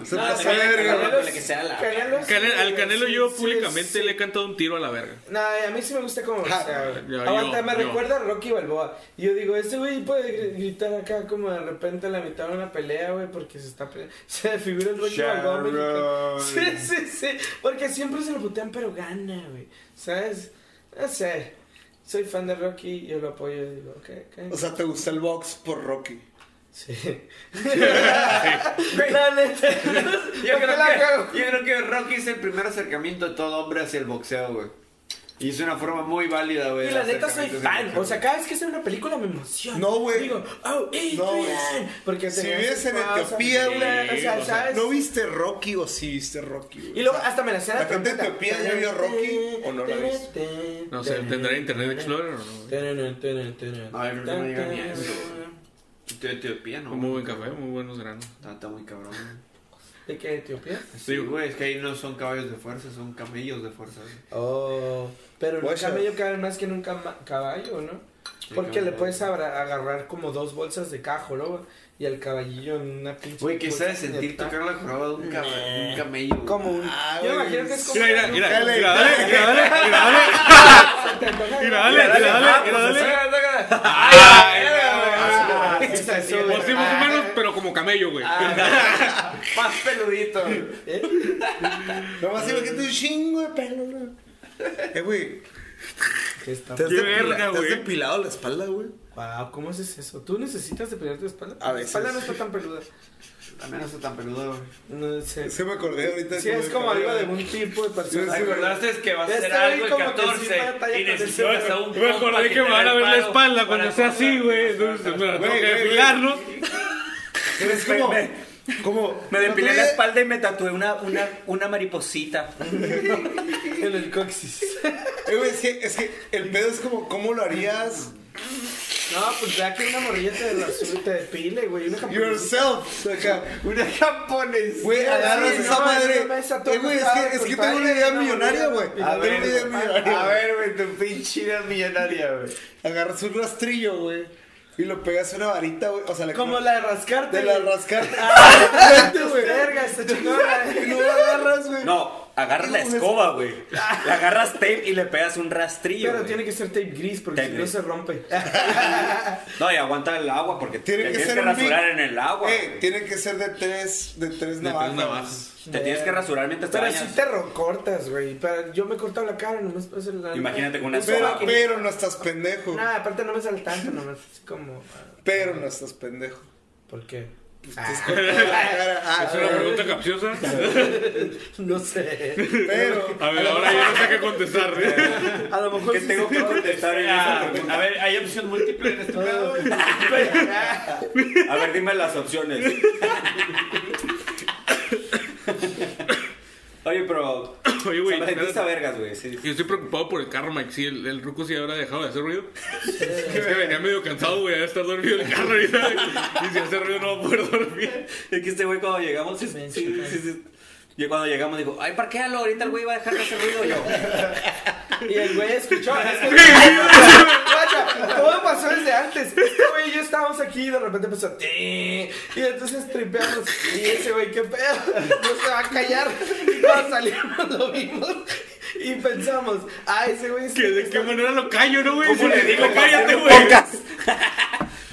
Se
No,
pasa
también
de
hay
verga.
Canelo,
Canelo
que sea la-
Canelo sí,
Canel- al
güey,
Canelo
sí,
yo
sí,
públicamente
sí.
le he cantado un tiro a la verga.
Nah, a mí sí me gusta como boxea, güey.
ya, yo,
Aguanta, me
yo.
recuerda a Rocky Balboa. Y yo digo, este güey puede gr- gritar acá como de repente en la mitad de una pelea, güey, porque se está peleando. [laughs] Se me figura el Rocky Balboa mexicano. [laughs] Sí, sí, sí. Porque siempre se lo putean, pero gana, güey. ¿Sabes? No sé. Soy fan de Rocky, yo lo apoyo. Digo, ok, ok.
O sea, te gusta el box por Rocky.
[laughs] sí. la neta.
Yo
Yo
creo,
la cago.
que, yo creo que Rocky es el primer acercamiento de todo hombre hacia el boxeo, güey. Y es una forma muy válida, güey.
Y
de
la neta soy
acercamiento hacia el
fan.
boxeo.
O sea, cada vez que sale una película me emociona.
No, güey.
Digo, oh, Adrian.
No, güey.
Porque
Si
tenía
vives
su
en
pausa,
Etiopía,
güey,
güey.
O sea,
o sea,
¿sabes?
¿No viste Rocky o sí viste Rocky, güey?
Y luego hasta me la escena
¿La gente de Etiopía ya vio Rocky o no la
viste?
No sé, ¿tendrá Internet Explorer o no? güey?
No, yo creo que no llega ni a eso, Te- Etiopía, no.
Muy buen café, muy buenos granos.
Está, está muy cabrón. güey.
¿De qué Etiopía?
Sí, güey, es que ahí no son caballos de fuerza, son camellos de fuerza. güey.
Oh, pero en un
Guachas.
camello cabe más que en un cama- caballo, ¿no? Porque
caballo.
le puedes abra- agarrar como dos bolsas de cajo, ¿no? Y al caballillo en una pinche.
Güey, que
pues,
bolsa
sabe sentir
neta.
tocar la joroba de un, cab- un camello. güey.
Como un.
Ah,
yo
güey.
imagino que es como.
Mira, mira, mira,
Dale,
mira, dale, mira, dale,
Ah.
mira, dale.
Se [laughs] te antoja,
Mira,
¿no?
dale, mira, dale,
pues,
mira, dale.
Ah, es eso, güey.
Pues sí, más o menos, pero como camello, güey.
Ah,
[laughs]
Más
[laughs]
peludito. güey.
pues,
Nomás imagínate un chingo de pelo, güey. Eh, güey.
¿Qué está-
¿Te has,
Qué
depila-
verga,
te has
güey.
depilado la espalda, güey?
Wow, pues, ¿cómo haces eso? ¿Tú necesitas depilar tu espalda?
A veces.
La espalda no está tan peluda.
También no está tan peludo, güey.
No sé.
Se me acordé ahorita.
Sí, es
me
como
acordé.
algo de un tipo de persona.
Sí, sí, güey.
Recordaste que vas a
Este
Ya
hacer
está
algo
ahí
el
como que sí
14
batalla
y
con ese
necesitas
güey.
a un
Me
compa
acordé que me van a
te
ver la
dé el paro
espalda cuando
para
sea así, güey. Entonces me la tengo que depilar, ¿no?
Pero es como. como
Me depilé la espalda y me tatué una, una, una mariposita.
[laughs] En el coxis.
Eh, güey, es que, es que el pedo es como, ¿cómo lo harías?
No, pues ya que una morrilla te, la sube, te depile, güey. Una japonesita.
[laughs]
Yourself, acá.
Una japonesa.
Güey, agarras
sí,
esa
no,
madre.
no, no, esa toca
Eh, güey, es
estaba
que, es que
con
tengo una
Tania,
idea
una
millonaria, güey.
morena.
Tengo
A
una
ver,
idea
güey, a
millonaria.
ver, güey, tu pinche idea millonaria, güey.
Agarras un rastrillo, güey. Y lo pegas a una varita, güey. O sea, la
Como la de rascarte.
de Ah, la
güey.
[laughs] rascarte.
Vete, güey. Verga, esta chingona.
[laughs] y luego agarras, güey.
No, agarras la escoba, güey. Le agarras tape y le pegas un rastrillo.
Pero
güey.
tiene que ser tape gris porque
Tape
si no
gris. [laughs]
se rompe.
No, y aguanta el agua porque
Tiene
te
que
tienes
ser
que
un big-
rasurar en el agua.
Eh,
güey.
tiene que ser de tres, de tres
De
navajas.
tres navajas.
Te tienes que rasurar mientras te
eh, Pero si
bañas.
te recortas, güey. Pero yo me he cortado la cara, nomás para hacer la.
Imagínate con una escoba.
Pero,
güey.
pero no estás pendejo.
Nada, aparte no me sale tanto, nomás así como. ah,
Pero no estás pendejo.
¿Por qué?
Ah, [laughs]
Ah,
Es una pregunta capciosa.
No [laughs] sé.
[laughs]
pero.
A ver, ahora ya no sé qué [laughs] contestar. güey.
A lo mejor.
¿Qué
sí
tengo
se-
que contestar en esa
Ah,
pregunta?
A ver, hay opción múltiple en
[laughs]
este pedo.
A ver, dime las opciones. Oye, pero.
Oye, güey.
Se me sentiste a
espérate.
vergas, güey. sí.
Yo estoy preocupado por el carro, Mike. Sí, el, el ruco sí habrá dejado de hacer ruido. [laughs] Es que venía medio cansado, güey, de estar dormido en el carro ahorita. Y si hace ruido no va a poder dormir.
Es que este güey cuando llegamos, sí, sí, sí, sí. Y cuando llegamos dijo, ay, parquéalo, ahorita el güey va a dejar de hacer ruido yo.
Y el
[laughs]
güey escuchó. es que- Guacha, todo pasó desde antes. Então, Este güey y yo estábamos aquí y de repente empezó. "Tin", Y entonces tripeamos. Y ese güey, qué pedo. No se va a callar. Y cuando salimos lo vimos. Y pensamos, ah, ese güey es
Que ¿De qué manera lo callo, no, güey?
¿Cómo le digo?
Cállate,
Cállate,
güey.
güey.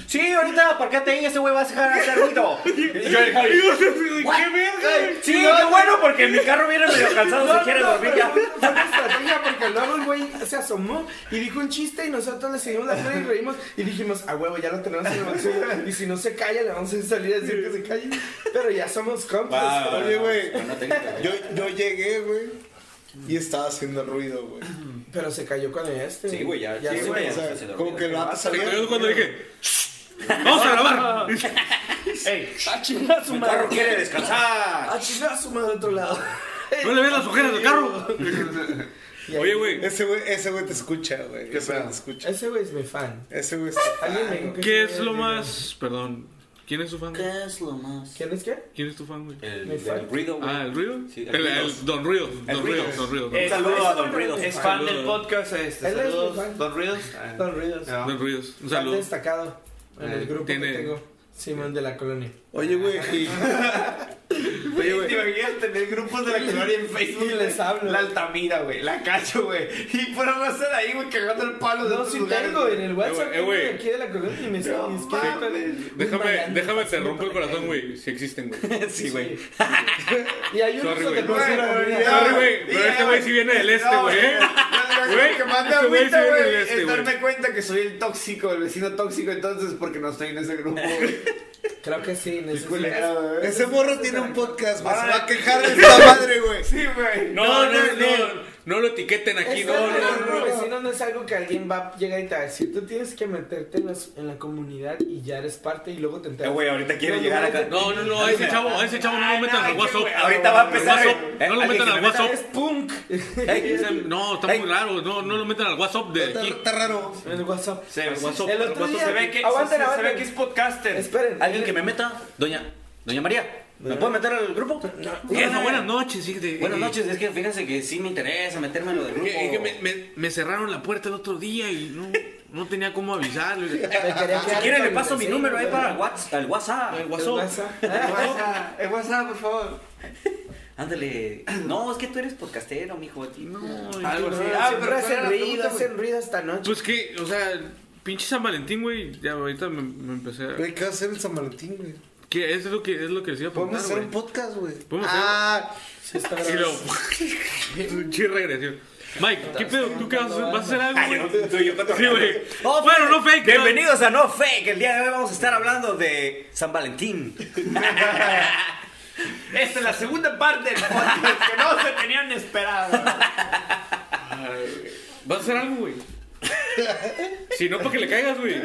Sí, ahorita parquéate ahí, ese güey va a dejar de hacer ruido. Y yo le dije,
Digo, ¿de ¿Qué verga?
Sí, qué bueno, porque mi carro viene medio cansado, si quiere dormir ya.
pero Fue una estrategia porque luego el güey se asomó y dijo un chiste y nosotros le seguimos la cara y reímos y dijimos, a huevo, ya lo tenemos en el bolsillo. Y si no se calla, le vamos a salir a decir que se calle. Pero ya somos compas.
Va, va,
Oye,
va,
güey.
bueno, técnica.
Yo, yo llegué, güey. Y estaba haciendo ruido, güey.
Pero se cayó con este.
Sí, güey, ya.
Ya
sí,
se
güey,
O
ya
sea,
se lo
como
olvidó.
que el vato
Se
salía.
cayó cuando dije, [laughs] vamos a grabar.
Ey,
Ah, chinga su
Mi
madre.
carro quiere descansar.
Ah, chinga su madre al otro lado.
No le ves las ojeras al carro.
Y ahí-
Oye, güey,
Ese güey, ese güey te escucha, güey. Ese güey te escucha.
Ese güey es mi fan.
Ese güey está-
Alguien me dijo que
¿qué
ese
es lo
güey
más. Perdón, ¿quién es su fan? güey?
es lo más?
¿Quién es qué?
¿Quién es tu fan, güey?
Me
El
falta.
del ruido, güey.
Ah, ¿el ruido?
Sí, el
El-
ruido.
el Eh, Don Ruido. Don Ruido,
ruido.
Don Ruido.
Un saludo a Don Ruidos.
es fan
Saludos.
del podcast este.
Él es mi
Saludos.
fan.
Don Ruidos. Ah,
Don Ríos.
no.
Don Ruido. Un
Fan
saludo.
destacado en el
Eh,
grupo
tiene-
que tengo. Simón de la colonia.
Oye, güey. y- Oye,
¿Te
güey.
imaginas tener grupos de la colonia en Facebook?
Y les hablo.
La Altamira, güey. La Cacho, güey. Y por raza de ahí, güey, cagando el palo de
No,
otros
si
lugares,
tengo
güey.
en el WhatsApp
Eh, eh, güey.
tengo aquí de la colonia y me
No
me escriben,
mames.
Déjame,
Mariano,
déjame, te
pasando
rompo el
por
corazón,
acá.
güey. Si existen, güey. [laughs]
Sí, güey.
Y hay uno
Sorry,
que
güey.
te conoce la
Sorry,
colonia.
Sorry, güey, pero
Ya,
este güey sí viene del este,
No,
güey. ¿eh? Güey,
Lo que más me
este güey sí
agüita,
viene del
güey,
este,
es
güey.
darme cuenta que soy el tóxico, el vecino tóxico, entonces, porque no estoy en ese grupo, güey.
Creo que sí, necesitas.
Culero, güey.
Ese morro tiene un podcast, güey. Se
Ahora-
va a quejar de esta madre, güey.
Sí, güey.
No, no, no, no, lo etiqueten aquí,
Es
no,
algo
no, no.
como vecino, no es algo que alguien va a llegar y te va a decir. Tú tienes que meterte en, las- en la comunidad y ya eres parte y luego te
Eh,
enteras.
güey, ahorita quiere
No,
llegar
no,
acá. Ah,
No, no, no, a ese chavo, a ese chavo no lo metan
Ay,
al
qué
WhatsApp.
güey.
Ahorita va a
Al
empezar.
WhatsApp,
eh,
no lo
alguien
metan
que
al
me meta- Eh,
WhatsApp.
Es punk.
Ey,
No, está muy raro, no, no lo metan al WhatsApp de
Está,
aquí.
está raro.
En el WhatsApp.
se-
El
se-
otro día.
se ve que-
aguanten,
se- se
aguanten.
ve que es podcaster.
Esperen.
Alguien que me meta, doña, doña María. ¿Me puede meter al grupo?
¿Qué es? Buenas noches, fíjate.
Buenas
eh,
noches, es que fíjense que sí me interesa meterme en lo del grupo.
que- que me, me- me cerraron la puerta el otro día y no, no tenía cómo avisarle.
Me quería
Si
quedar
quieren
con
le
el
paso mi
vecino, Pues
número ahí
pero-
para el Whats- al WhatsApp.
El
El
WhatsApp.
WhatsApp. ah,
WhatsApp, en WhatsApp, por favor.
Ándale. No, es que tú eres podcastero, mijo.
No,
Algo así.
Ah,
Ah,
pero
pero
hacen
¿cuál era la
ruido,
pregunta,
hacen ruido esta noche.
Pues que, o sea, pinche San Valentín, güey, ya ahorita me, me empecé a...
Güey, ¿qué va a hacer el San Valentín, güey?
¿Qué es lo que, es lo que les iba a
Podemos
preguntar,
hacer
güey?
un podcast, güey.
Podemos hacer-
Ah,
Sí, está
Y luego,
grabado.
[laughs] pinche regresión. Mike, ¿qué pedo? ¿Tú qué vas a hacer? ¿Vas a hacer algo, güey? Sí, güey.
Oh,
Bueno, no fake. no.
Bienvenidos a No Fake. El día de hoy vamos a estar hablando de San Valentín.
Esta es la segunda parte del podcast que no se tenían esperado.
¿Vas a hacer algo, güey? Si no, para que le caigas, güey.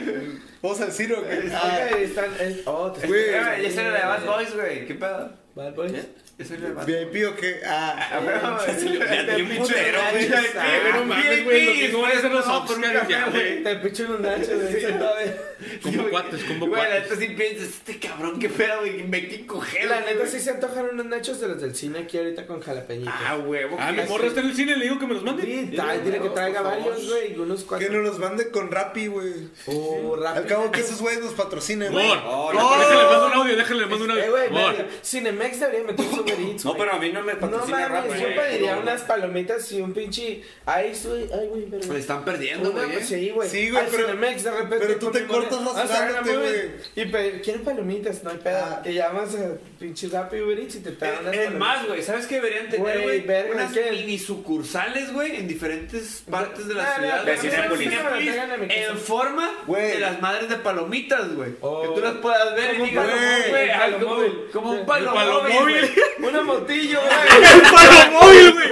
vamos a decir, güey.
Ah.
Ah,
Ok, están- es- oh, te-
Güey.
Ya se la de Bad Boys, güey. ¿Qué pedo?
Bad Boys.
Yo soy Leonardo.
¿VIP o qué? Ah,
Ya
un putero, güey.
Ah,
No mames, güey, lo que no van a hacer los
No, por un
Oscars ya,
café,
güey.
Te picho unos nachos, güey. sentado, güey.
Combo cuates, combo
Güey, la
cuates.
neta sí piensas, este cabrón, qué pedo, güey, me que coger.
La neta sí se antojaron unos nachos de los del cine aquí ahorita con jalapeñitos.
Ah, huevo.
Ah,
que
mi
sí.
morra está en el cine, le digo que me los mande.
Sí, trae- dile que traiga varios, güey, unos
que no
cuatro.
nos mande con Rappi, güey.
Oh,
Al
rápido.
cabo que esos güeyes nos patrocinan, güey.
Mor,
Oh,
mor, déjale, le mando un audio, déjale, le mando un
Eh,
audio.
güey,
Mor,
verga, Cinemex debería meter un Uber Eats,
No,
güey.
pero a mí no me
No
patrocina rap,
mames, yo
güey.
pediría unas palomitas y un pinche. Ay, güey, ay, güey, pero.
Pues
Le están perdiendo,
Una,
güey. eh.
Pues Sí, güey.
Sí, güey,
Al
pero-
Cinemex, de repente.
pero tú
con
te
mi morra,
cortas
"Vamos a ver la
rascándote,
movie".
güey.
Y pe- quieren palomitas, no hay pedo.
Ah.
Y llamas a pinche Rappi Uber Eats y te traen unas
Es
palomitas.
más, güey, ¿sabes qué deberían
Güey,
tener, güey?
verga,
Unas
¿qué?
mini sucursales, güey, en diferentes partes de la
Ah,
ciudad.
no,
güey.
no,
de Cinépolis.
no, no, no, no, no, no, no,
En
no.
forma
Güey.
de las madres de palomitas, güey.
Oh.
Que tú las puedas ver y
Como un
digas,
palomóvil,
güey,
un
ah,
palomóvil.
como, como un
Un
palomóvil.
palomóvil.
Una motillo, güey.
¡Un palo móvil, güey!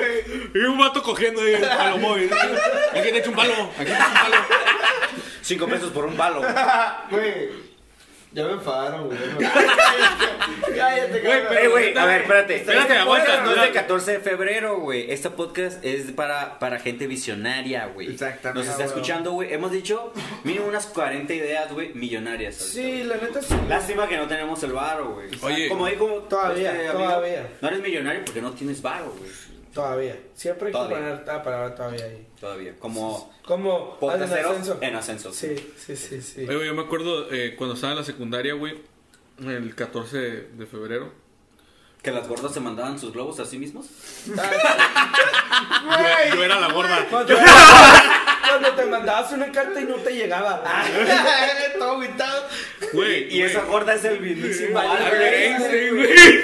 Y un vato cogiendo ahí el palo móvil. Aquí te echa un palo, aquí te echa un palo.
Cinco pesos por un balo. güey.
Güey, ya me enfadaron, güey. [laughs]
Cállate,
Güey,
cabrón.
pero-
Eh, güey, a ver, espérate.
Espérate,
Este
aguanta,
podcast No es de
aguanta.
14 de febrero.
Pero, güey, este podcast es para, para gente visionaria, güey.
Exactamente.
Nos está escuchando, güey. Hemos dicho mínimo unas 40 ideas, güey, millonarias. ahorita,
Sí,
güey.
la neta sí.
Lástima que no tenemos el varo, güey.
Oye.
Como digo,
Todavía,
Este,
todavía.
No eres millonario porque no tienes varo, güey.
Todavía. Siempre hay que
Todavía.
poner la palabra todavía ahí.
Todavía. Como
Como
podcast
en
cero
ascenso.
en ascenso.
Sí, sí, sí, sí.
Oye, güey, yo me acuerdo eh, cuando estaba en la secundaria, güey, el 14 de febrero.
Que las gordas se mandaban sus globos a sí mismos.
Yo, yo era la gorda.
Cuando, cuando te mandabas una carta y no te llegaba. Todo agüitado.
Güey,
Y esa gorda es el mismísimo.
Vale,
Albert
güey.
Einstein.
Einstein, güey.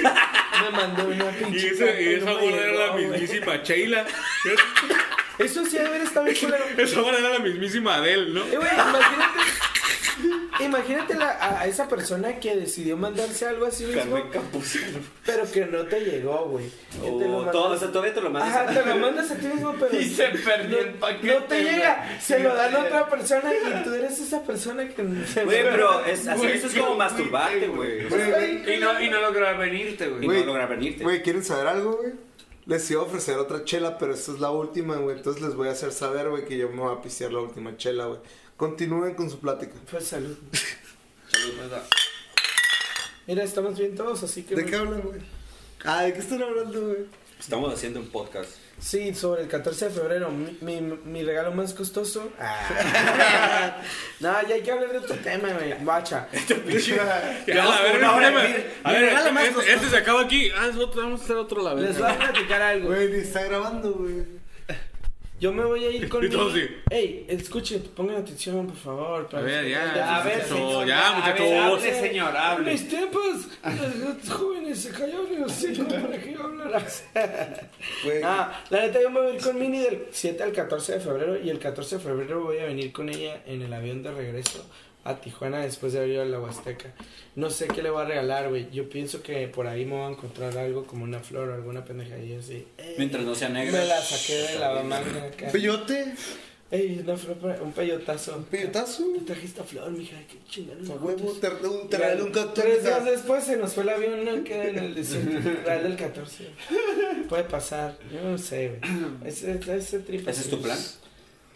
Me mandó una pinche.
Y esa,
carta
y
no
esa
me
gorda era la
llegó, güey.
mismísima Sheila.
Eso sí, debe haber estado bien culero.
Esa gorda era la mismísima Adele, ¿no?
Eh, güey, imagínate. Imagínate la- a, a esa persona que decidió mandarse algo así mismo,
Carmen Campuzano.
pero que no te llegó, güey. Que te
Oh,
lo
O
mandas-
todo, o sea, todavía te lo mandas.
Ajá, te lo mandas a ti mismo, pero.
[laughs] Y se perdió
no-
el paquete,
No te llega,
güey.
se lo dan a otra persona y tú eres esa persona que. se-
Güey, pero es, hacer
Güey,
eso es como
güey,
masturbarte, güey. O sea,
Güey,
Y no, y no lograba venirte, güey.
Y
Güey.
no lograr venirte.
Güey, ¿quieren saber algo, güey? Les iba a ofrecer otra chela, pero esta es la última, güey. Entonces les voy a hacer saber, güey, que yo me voy a pistear la última chela, güey. Continúen con su plática.
Pues salud.
pues,
Mira, estamos bien todos, así que.
¿De qué hablan, güey? Ah, ¿de qué están hablando, [laughs] güey?
Estamos haciendo un podcast.
Sí, sobre el 14 de febrero, mi, mi- mi regalo más costoso.
Ah.
[laughs] no, ya hay que hablar de otro tema, güey. Bacha.
Ya, a ver,
una hora
espérame.
de vivir.
a
Me
ver,
regala más
este-
cosas.
este se acaba aquí. Ah, es otro, vamos a hacer otro a la vez.
Les voy a platicar algo.
Güey, ni está grabando, güey.
Yo me voy
[laughs]
a ir con.
Y todos
mi-
sí.
Ey, escuchen, pongan atención, por favor.
A
para-
ver, ya.
Ya,
A ver,
muchacho,
señor,
ya,
a ver,
muchachos.
hable, señor,
Eh, En
hable.
mis tiempos, los jóvenes se callaron y los cinco para que yo hablara.
[laughs] Güey.
Ah, la neta, yo me voy a ir con Mini del 7 al 14 de febrero y el 14 de febrero voy a venir con ella en el avión de regreso a Tijuana después de haber ido a la Huasteca. No sé qué le voy a regalar, güey. Yo pienso que por ahí me voy a encontrar algo como una flor o alguna pendejadilla así. Ey,
Mientras no sea negro.
Me la saqué de la manga acá.
¿Peyote?
Ey, una flor para- un peyotazo.
¿Peyotazo?
Te traje esta flor, mija, qué chingada.
A huevo, te, te
Mira,
regalé un cactus.
Tres
mija.
días después se nos fue el avión, no queda en el
[laughs]
desierto. Real del 14. Puede pasar, yo no sé, güey. Ese, ese trip.
¿Ese es tu plan?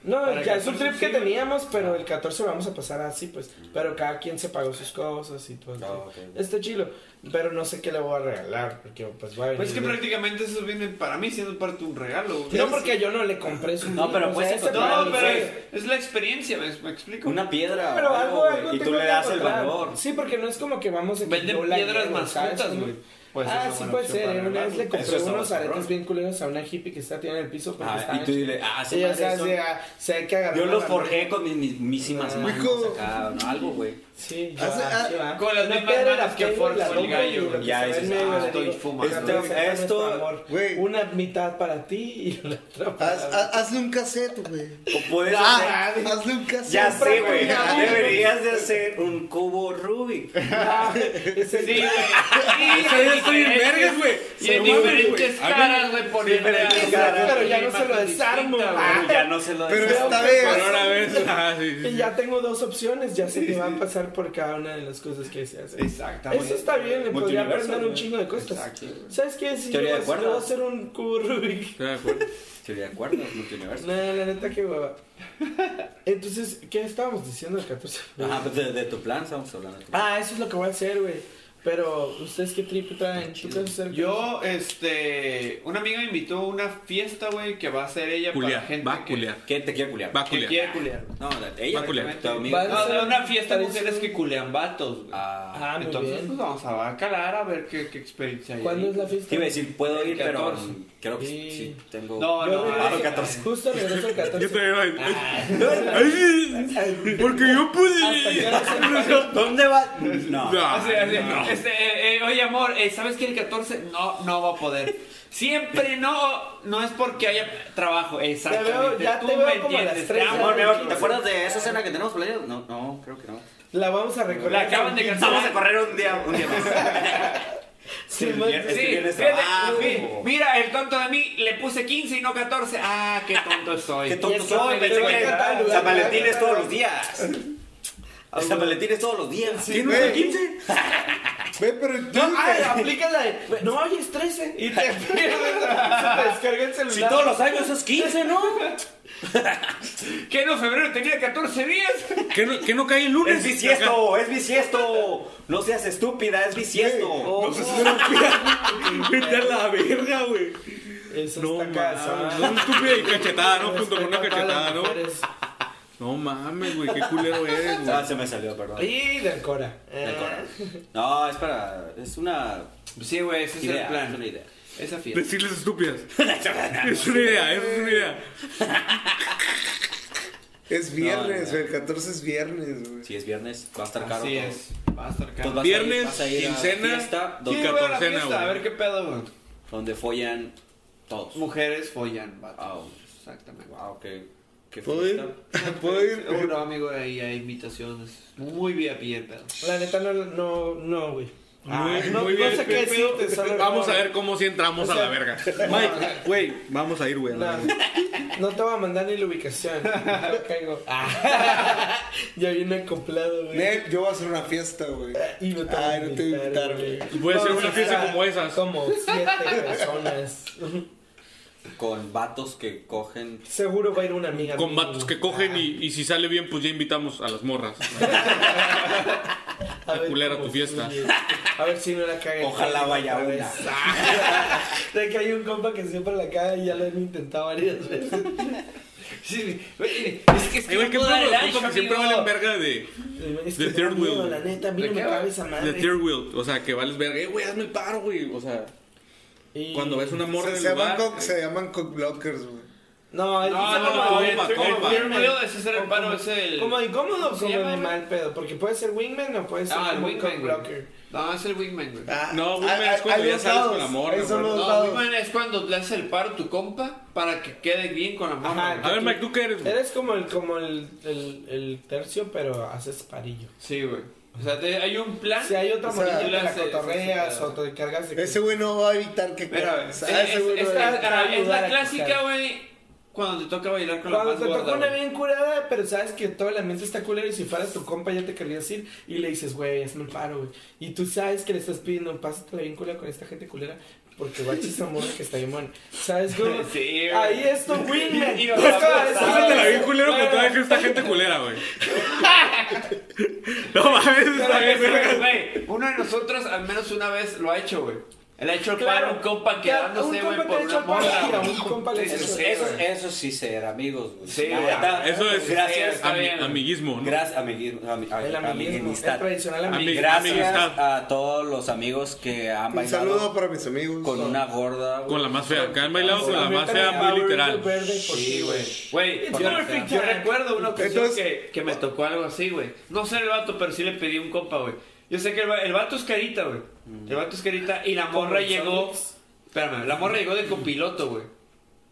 No,
Para
ya
el
es un
14
trip que
sí.
teníamos, pero el 14 lo vamos a pasar así, pues. Pero cada quien se pagó sus cosas y todo.
Ah, ok.
Está chilo, pero no sé qué le voy a regalar, porque pues va a venir.
Pues es que prácticamente eso viene para mí siendo parte de un regalo. güey.
No porque yo no le compré su
No, pero pues
o sea,
puedes
ese
encontrar
plan
No,
algo,
lo
pero
hice.
es, es la experiencia, ¿me, me explico?
Una piedra. o
Pero algo,
güey,
algo
Y tú
tengo
le
que
das el
encontrar.
valor.
Sí, porque no es como que vamos a que
Venden
yo la
piedras
llevo, ¿sabes?
mascotas, güey. Pues
ah, sí
es una buena
puede
opción
ser.
para
¿eh? Una vez
regalarlo.
le compré
Eso está
unos
más
aretes
cabrón.
bien culeros a una hippie que está tirada en el piso porque
Ah,
estaba
y tú dile, ah, sí,
Sí, o
parece
sea,
eso.
sí, ah, sí, hay que agarrar
Yo
la Ah,
los
bandera.
forjé con mis mismísimas manos
Mico.
acá, ¿no? Algo, güey.
Sí,
Hace- ah,
con las
Me
mismas
pego,
manos
la
que
pego,
forjó
la
el
doble
gallo,
y lo
güey.
que
Ya
se ve
dices,
en medio,
ah,
le
estoy
digo,
fumando.
"Carnal,
Esto-
saca Este, nuestro
esto-
amor.
güey.
Una mitad para ti y la otra para
Haz- haz- hazle un cassette, güey.
O puedes hacer-
Ah, hazle un cassette.
Ya sé, güey.
Ah,
Deberías de hacer un cubo Rubik.
Ah, ese-
Sí, güey. Sí,
Eso es
estoy en vergas, güey.
Y
Se
en
lo mames, güey.
diferentes
A mí-
caras, güey, poniendo.
diferentes
algo,
caras.
güey,
Pero ya no se
una
lo
imagen
desarmo,
distinta,
güey.
güey, Ya no se lo
Pero
desarmo.
esta
Pero
vez.
ahora ves. Ah, sí, sí,
Y
sí.
ya tengo dos opciones, ya se me va a pasar por cada una de las cosas que se hacen.
Exactamente.
Eso está bien, le podría
Multiverso,
aprender un
güey.
chingo de cosas.
Exacto, güey.
¿Sabes qué? Si yo,
Teoría de
si yo
cuerdas.
voy a hacer un cubo Rubik.
Estoy de acuerdo.
Estoy de acuerdo, multiverso.
No, la neta que hueva. Entonces, ¿qué estábamos diciendo el 14?
Ajá, pues de, de tu plan estamos hablando. de tu plan.
Ah, eso es lo que voy a hacer, güey. Pero, ¿ustedes qué tripe traen? ¿Tú qué vas a hacer?
Yo, este. Una amiga me invitó a una fiesta, güey, que va a hacer ella para
Culear,
gente
va a
que,
culear.
¿Qué te quiero culiar?
Va a
que
culear.
quiere culear.
No, la- ella.
Va a culear.
Tu amigo.
Va-
No,
Parece-
de una fiesta de
parece-
mujeres que culean vatos, güey.
Ah,
Ah, muy
Entonces, eh,
bien.
pues vamos a a calar a ver qué, qué experiencia hay.
¿Cuándo
ahí.
es la fiesta?
te iba a decir, puedo ir, pero
14.
mm, creo que
Sí.
sí tengo.
No,
Yo
no,
regreso-
ah,
el 14.
[laughs] Justo regreso el 14.
Yo te iba a Porque yo
¿Hasta qué
pude.
hora es el 14?
¿Dónde va? No.
No,
Así, así,
no.
[laughs] este, eh, eh, oye, amor, eh, ¿sabes que el 14 no, no va a poder? Siempre no, no es porque haya trabajo. Exactamente.
veo, ya
Tú
te veo
me
como a las
entiendes,
tres,
te amo,
Amor,
mi
mi
amor.
amor, ¿te acuerdas de esa escena que tenemos planeado? No, no, creo que no.
La vamos a
La
recordar.
acaban de cancelar.
Vamos a correr un día, un día más.
Sí, man,
Sí, este
sí.
viernes
fíjate,
trabajo.
mi- mira, el tonto de mí le puse 15 y no 14. Ah, qué tonto soy.
Qué tonto
es que
soy,
me
pensé
voy a
que
cantar, güey.
San Valentín es todos los días. San Valentín es todos los días.
Sí, güey. Ve, pero tú,
No,
güey.
ay, aplica la de. No, hoy es 13. Y te pierdes. Se te descarga el celular.
Si todos los años es 15, ¿no?
¿Qué no? Febrero tenía 14 días.
¿Qué no, que no cae el lunes?
Es
Pues,
bisiesto, es bisiesto. No seas estúpida, es bisiesto.
No seas
Oh. [laughs] Vete a la verga, güey.
Eso
No,
está casado.
mames. No, estúpida y cachetada, ¿no? Junto con una cachetada, ¿no? No mames, güey. Qué culero eres, güey.
Ah, se me salió, perdón.
Y del Cora.
De cora. No, es para. Es una
Sí, güey, ese es el
idea. Es una
plan.
idea.
Esa fiesta.
Decirles estúpidas. Es una idea, es una idea.
Es viernes,
no.
güey. El 14 es viernes, güey.
Si es viernes, va a estar caro.
Así
todo.
es. Va a estar
Pues
caro.
vas a ir-
Viernes,
vas a ir a
quincena,
fiesta,
Sí,
donde,
güey, a la catorcena,
fiesta,
güey.
A ver qué pedo, güey.
donde follan todos.
Mujeres follan, vatos.
Wow.
Exactamente.
Wow, qué, qué
¿Puedo
fiesta.
ir? ¿Puedo ir?
Un amigo ahí hay invitaciones. Muy bien, bien, pedo.
La neta, no, no, no, güey.
Muy,
Ah, no,
muy
no
bien.
sé qué decirte, solo-
Vamos
no,
a ver cómo si entramos a la verga. Mike, güey, vamos a ir, güey. a la
No,
verga.
no te voy a mandar ni la ubicación. No
[laughs]
caigo. ya viene acoplado, güey.
Nel, yo voy a hacer una fiesta, güey.
Y no te voy
Ay, no te voy a invitar, güey.
Voy a hacer
Vamos
una
a
fiesta
estar
como esas.
Como siete personas.
[laughs]
Con vatos que cogen.
Seguro va a ir una amiga.
Con
mía,
vatos
güey.
que cogen y, y si sale bien, pues ya invitamos a las morras.
A ver
culera
cómo
tu fiesta.
fluye. A ver si no la cagan.
Ojalá vaya
Otra
una.
vez. [laughs] De que hay un compa que siempre la caga y ya lo han intentado varias
[laughs]
veces.
Sí, güey, es que es
Igual
no
que
puedo
todos
dar
los
el
compas que
ancho,
siempre
amigo.
valen verga de,
eh, Es
The
que me da
third
miedo,
wheel.
La neta, a mí
¿De
no me
qué?
cabe esa
de
madre.
tier wheel. O sea, que vales verga. Eh, güey, hazme el paro, güey. O sea,
Y-
cuando ves una morra
Se,
en el
se llaman
lugar.
cock, se llaman cock blockers, güey.
No, es
No,
que
no,
son
no,
compa,
güey, estoy como
compa.
bien pedo, ese es el paro, ese es el...
Como incómodo o
se
como de
llama, güey?
mal pedo, porque puede ser wingman o puede ser
Ah, el
como un
wingman,
cock
güey.
blocker.
No, es el wingman, güey.
No, güey,
Ah,
es cuando
hay
ya
dos
sales con
lados,
la morra,
ahí son
güey.
los
No,
lados.
wingman es cuando le haces el paro a tu compa para que quede bien con la morra.
Ajá.
güey.
A ver, Mike, ¿tú qué eres, güey?
Eres como el, como el, el, el tercio, pero haces parillo.
Sí, güey. O sea, te- hay un plan.
Si hay otra
o sea,
morrilla
tú
que
le
la
haces-
cotorreas o te cargas de...
Ese güey no va a evitar que
Mira,
coja.
güey,
O
es,
ah,
sea, ese güey
es-
no va a
es-
evitar.
ah, es la
Ayudar a
clásica,
coger.
güey, cuando te toca bailar con la
Cuando
más
te tocó
gorda,
una
güey.
bien curada, pero sabes que toda la mente está culera y si fuera tu compa ya te querrías ir y le dices, güey, hazme el paro, güey. Y tú sabes que le estás pidiendo, pásatela bien culera con esta gente culera porque va a esa morra que está bien buena. ¿Sabes cómo?
[laughs] Sí, güey.
Ahí es tu wingman.
[laughs] Y- y-
Es como esa-
Pásatela bien culero
Bueno,
con toda esta gente culera, güey. [laughs] No mames, está bien, verga.
[laughs] Güey, uno de nosotros al menos una vez lo ha hecho, güey. Él ha hecho el
Claro.
paro a un compa
Claro,
quedándose,
un
güey,
compa
por
que ha hecho
una
el paro, mira,
morra.
un compa le
Sí,
hizo
sí,
el
sí,
Eso,
güey.
eso sí ser amigos, güey.
Sí,
La
güey.
neta,
Eso es-
Gracias,
Está bien.
Ami- amiguismo, ¿no?
gracias, amiguismo, ami-
El amiguismo, el
amiguinistad.
tradicional
Ami-
amiguismo.
Gracias
amiguistad.
a todos los amigos que han
Un
bailado
saludo pues, para mis amigos.
con una gorda. güey.
Con la más fea. Que han bailado con la
Meta
más
de
fea, muy
Power
literal.
Verde, por
Sí, güey. Güey,
It's
yo,
perfect
yo
time.
recuerdo una ocasión
Entonces-
que, que me tocó algo así, güey. No sé el vato, pero sí le pedí un compa, güey. Yo sé que el, va- el vato es carita, güey. El vato es carita y la morra
el
llegó.
Sonics.
Espérame, la morra llegó de copiloto, güey.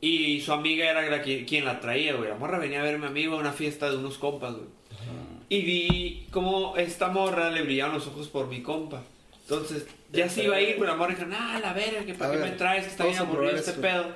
Y su amiga era la que- quien la traía, güey. La morra venía a verme a mí, güey, a una fiesta de unos compas, güey. Y vi como esta morra le brillaban los ojos por mi compa. Entonces, ya se iba a ir, pero la morra dijo, ah, la verga, que
A
para qué
ver,
me traes, que está
vamos
bien
a probar
aburrido este
esto.
pedo.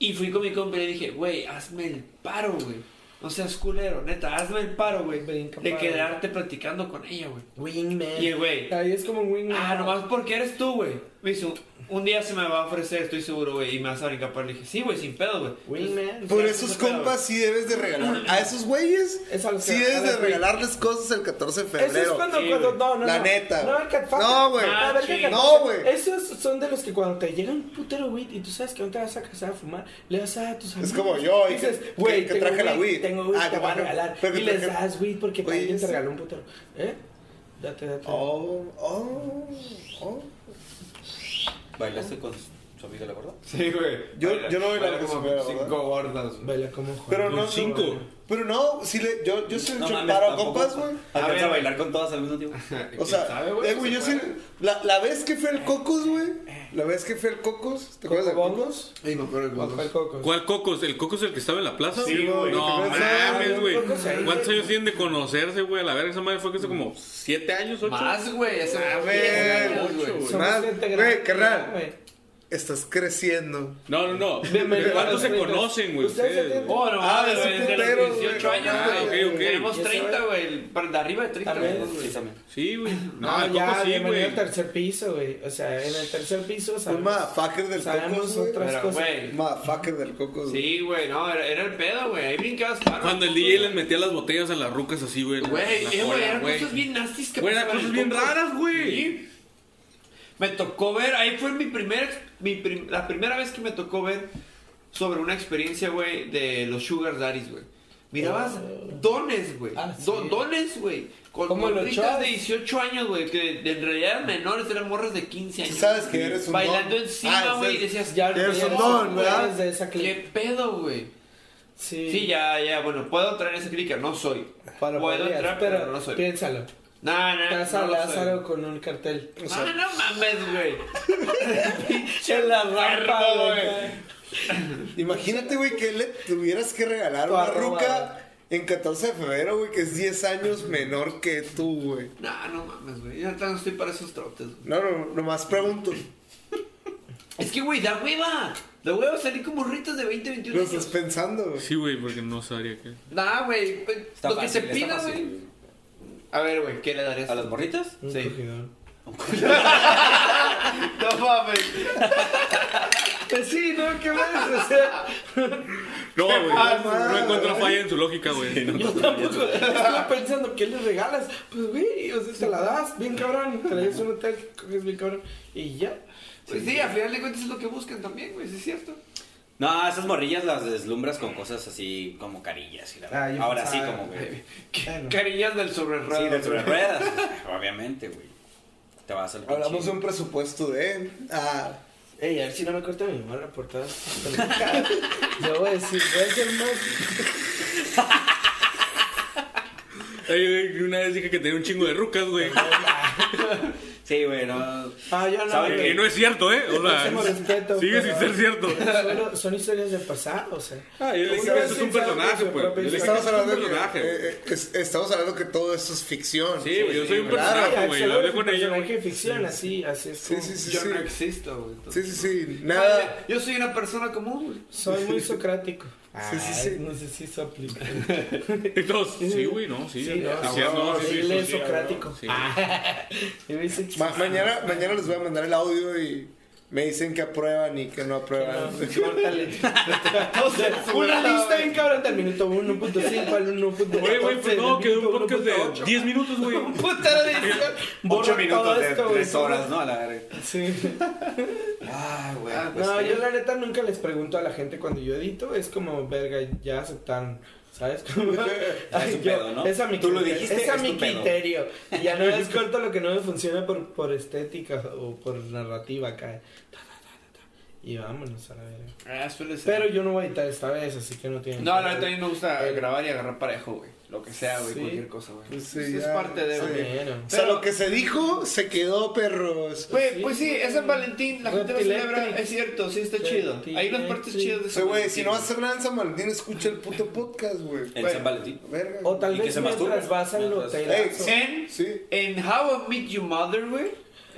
Y fui con mi compa y le dije, güey, hazme el paro, güey. No seas culero, neta, hazme el paro, güey,
Brinca
de
paro.
quedarte platicando con ella, güey.
Wingman.
Y el güey,
Ahí es como un wingman.
Ah, nomás porque eres tú, güey. Me dice, un día se me va a ofrecer, estoy seguro, güey, y me vas a brincar. Pero le dije, sí, güey, sin pedo, güey.
Wingman.
Por
Sí,
esos
sí, pero-
compas sí debes de regalar. A esos güeyes
Es a los que
sí debes de
regalas, güey.
regalarles cosas el 14 de
Eso es
febrero.
cuando,
Sí,
cuando
güey.
no, no,
La
no.
neta,
No,
güey.
el catfuck.
No, güey.
La verga,
Ah,
catfuck.
no, güey.
Esos son de los que cuando te llega un putero weed y tú sabes que no te vas a casar a fumar, le das a tus amigos.
como yo,
y
y
dices,
que-
güey,
que
tengo
traje la weed.
Tengo weed,
Ah,
te
que
voy a
traje-
regalar.
pero
Y
que
les
traje-
das weed porque
Oye,
alguien te
sí.
regaló un putero. ¿Eh? Date, date.
Oh, oh, oh.
¿Bailaste con su amiga la gorda?
Sí, güey.
Yo- yo no bailaba
baila
con
como
su peda, ¿verdad?
cinco gordas, güey.
Baila como Juan.
Pero no.
cinco.
Pero no, sí le, yo, yo sí le
No
echo
mames,
paro a
tampoco.
compas, güey.
Alcanza
ver.
a bailar con todas al mismo tiempo.
O sea, eh, güey, yo sí. La, la vez que fue el Cocos, güey. La vez que fue el Cocos. ¿Te acuerdas del
¿Cocobongos?
Cocos? Ay, me acuerdo del
¿O cuál
Cocos.
coco?
¿Cuál Cocos? ¿El Cocos el que estaba en la plaza?
Sí, güey.
No,
¿Te acuerdas?
mames,
Ah,
güey.
Cocos ahí,
¿Cuántos
güey.
años tienen de conocerse, güey? A la verga, esa madre fue que hace como siete años, ocho.
Más, güey. hace
A
como
ver,
10 años, güey.
Somos
Más,
gente
güey,
grande,
carnal.
güey.
Estás creciendo.
No, no, no.
Bienvenido
¿De
a
cuánto
los
se
fritos.
conocen, güey?
Ustedes se
Ustedes,
tienen-
güey?
Oh, no,
Ah,
mames,
esos
güey, desde
punteros,
los
güey.
18 años,
Ah,
güey.
ok, ok.
Tenemos
Ya se
30,
va.
güey. para- De arriba de 30,
También,
güey.
Sí, también.
Sí, güey. No,
No,
el
Ah, ya,
Cocos sí,
bienvenido al
güey.
tercer piso, güey. O sea, en el tercer piso
Un
sabemos,
motherfucker del
sabemos
Cocos, güey.
otras
Pero,
cosas.
güey.
Motherfucker del Cocos, güey.
Sí, güey, no, era, era el pedo, güey. Ahí brincabas paro.
Cuando el
güey.
DJ les metía las botellas a las rucas así, güey. en la- en
Güey,
la
eh, güey,
cola,
eran
güey.
cosas bien nasties que
Güey, eran
pasaban
cosas
en
bien
Concord.
raras, güey.
Sí. Me tocó ver, ahí fue mi primer, mi prim- la primera vez que me tocó ver sobre una experiencia, güey, de los Sugar Daddies, güey. Mirabas dones, güey.
Oh. Ah, sí.
Do- dones, güey. Con
Como los
morritas
chavos.
de 18 años, güey, que en realidad eran menores, eran morras de 15
Tú
años.
sabes que eres un
Bailando
don.
encima,
Ah,
güey, y
sabes-
decías,
Pues Ya
Eres
ya
un
eres
don,
un
¿verdad?
güey de esa clique.
¿qué pedo, güey?
Sí,
Sí, ya, ya, bueno, puedo traer ese clicker, no soy.
Para
puedo
podrías,
entrar, pero,
pero,
no soy.
piénsalo.
Nah, nah,
Estás
no
a
lo
Lázaro
soy.
con un cartel.
Ah, no mames, güey.
[laughs] En la
rampa, Ah, güey.
Imagínate, güey, que le tuvieras que regalar
Tu
una
arroba,
ruca en 14 de febrero, güey, que es 10 años menor que tú, güey.
No, no mames, güey. Yo ahorita no estoy para esos trotes, güey.
No, no, nomás pregunto.
Es que, güey, da hueva. Da hueva salir como ritos de 20, 21
Lo estás
años.
pensando, güey. pues,
Sí, güey, porque no sabría qué.
Nah, güey. pues,
Está
Lo que
fácil,
se
está
pida,
fácil,
güey. A ver, güey, ¿qué le darías?
¿A las morritas?
Un
Sí.
cogidor.
No mames.
Pues sí, ¿no? ¿Qué más? O sea, [laughs]
No, güey. No encuentro falla en su lógica, güey. [laughs]
yo tampoco estaba pensando, ¿qué le regalas? Pues, güey, o sea, te la das, bien cabrón. Te la das un hotel que coges bien cabrón. Y ya.
Pues sí, al final de cuentas es lo que buscan también, güey, sí es cierto.
No, esas morrillas las deslumbras con cosas así como carillas. Y la...
Ah, yo
Ahora
pensaba-
sí, como, güey.
Bueno.
Carillas del sobre
Sí, de sobre ruedas. Obviamente, güey. Te vas al pinche-
Hablamos de un presupuesto de. Ah,
Ey, a ver si no me corta mi mamá la portada. [laughs] Yo voy a decir, voy a ser más.
Ey, güey, una vez dije que tenía un chingo de rucas, güey.
Sí, güey, no.
Ah, yo no.
¿Saben
güey.
Y no es cierto, ¿eh? O
Máximo
sea,
respeto,
sigue sin
pero-
ser cierto.
Solo- son historias del pasado, o sea.
Ah, yo le dije
Una
que
vez
esto es un
pensaba
personaje,
que
pues.
su
Yo
propia
le dije-
historia-
estamos
es un
hablando que.
personaje, güey.
eh, eh, es- estamos hablando que todo esto es ficción.
Sí, güey, yo soy un
claro.
personaje, güey.
Axel
Yo
Rose
hablé
es un
con ella,
personaje
güey.
de ficción, así, así es.
Sí,
como-
sí, sí,
Yo
sí.
no existo, güey. entonces.
Sí, sí, sí. Nada.
Yo soy una persona común, güey.
Soy muy socrático.
[laughs]
Sí, sí, sí.
Ay, No sé si eso aplica.
Entonces, sí, güey, no, sí.
Sí, no,
Ah,
sí,
no, sí, sí,
él
sí,
es
sí, Ah.
socrático.
sí.
Y me dice,
Ma- mañana, mañana les voy a mandar el audio y me dicen que aprueban y que no
[laughs]
aprueban.
No, córtale. Entonces, Una lista bien cabrón del minuto 1.5 al 1.14.
Güey, güey, pues no, quedó un podcast de 10 minutos,
[laughs]
güey.
Puta de edición.
Ocho
Borra todo
minutos de
esto, güey.
tres horas, ¿no? A la verga.
Sí.
Ah, güey. pues,
No,
sí.
yo la neta nunca les pregunto a la gente cuando yo edito, es como, verga, ya aceptaron. ¿Sabes? [laughs] Como, ay,
un
yo-
pedo, ¿no?
Es a mi
Tú lo
criterio,
dijiste,
es a
es
mi
tu pedo.
criterio. Y ya no
[laughs]
les corto lo que no me funciona por, por estética o por narrativa acá. Ta, ta, ta, ta, ta. Y vámonos a la verga.
Ah, suele ser.
Pero yo no voy a editar esta vez, así que no tiene.
No, la
pedo.
neta a mí me gusta
Eh,
grabar y agarrar parejo, güey. Lo que sea, güey,
Sí.
cualquier cosa, güey.
Pues sí,
Eso es
ya,
parte de,
sí.
güey.
Bueno.
O sea,
Pero-
lo que se dijo se quedó, perros.
Güey, pues sí, es San Valentín, la gente lo
Reptilectric.
celebra, es cierto, sí está chido. Hay unas partes
Reptilectric.
chidas de
O
San
sea, güey, si
Valentín.
no vas a hacer nada en San Valentín, escucha el puto podcast, güey.
En San Valentín.
Verga.
O tal
¿Y que
vez
se masturbe?
mientras vas al
Mientras-
hotel.
Ey,
so-
sí.
En,
Sí.
en How I Meet Your Mother, güey,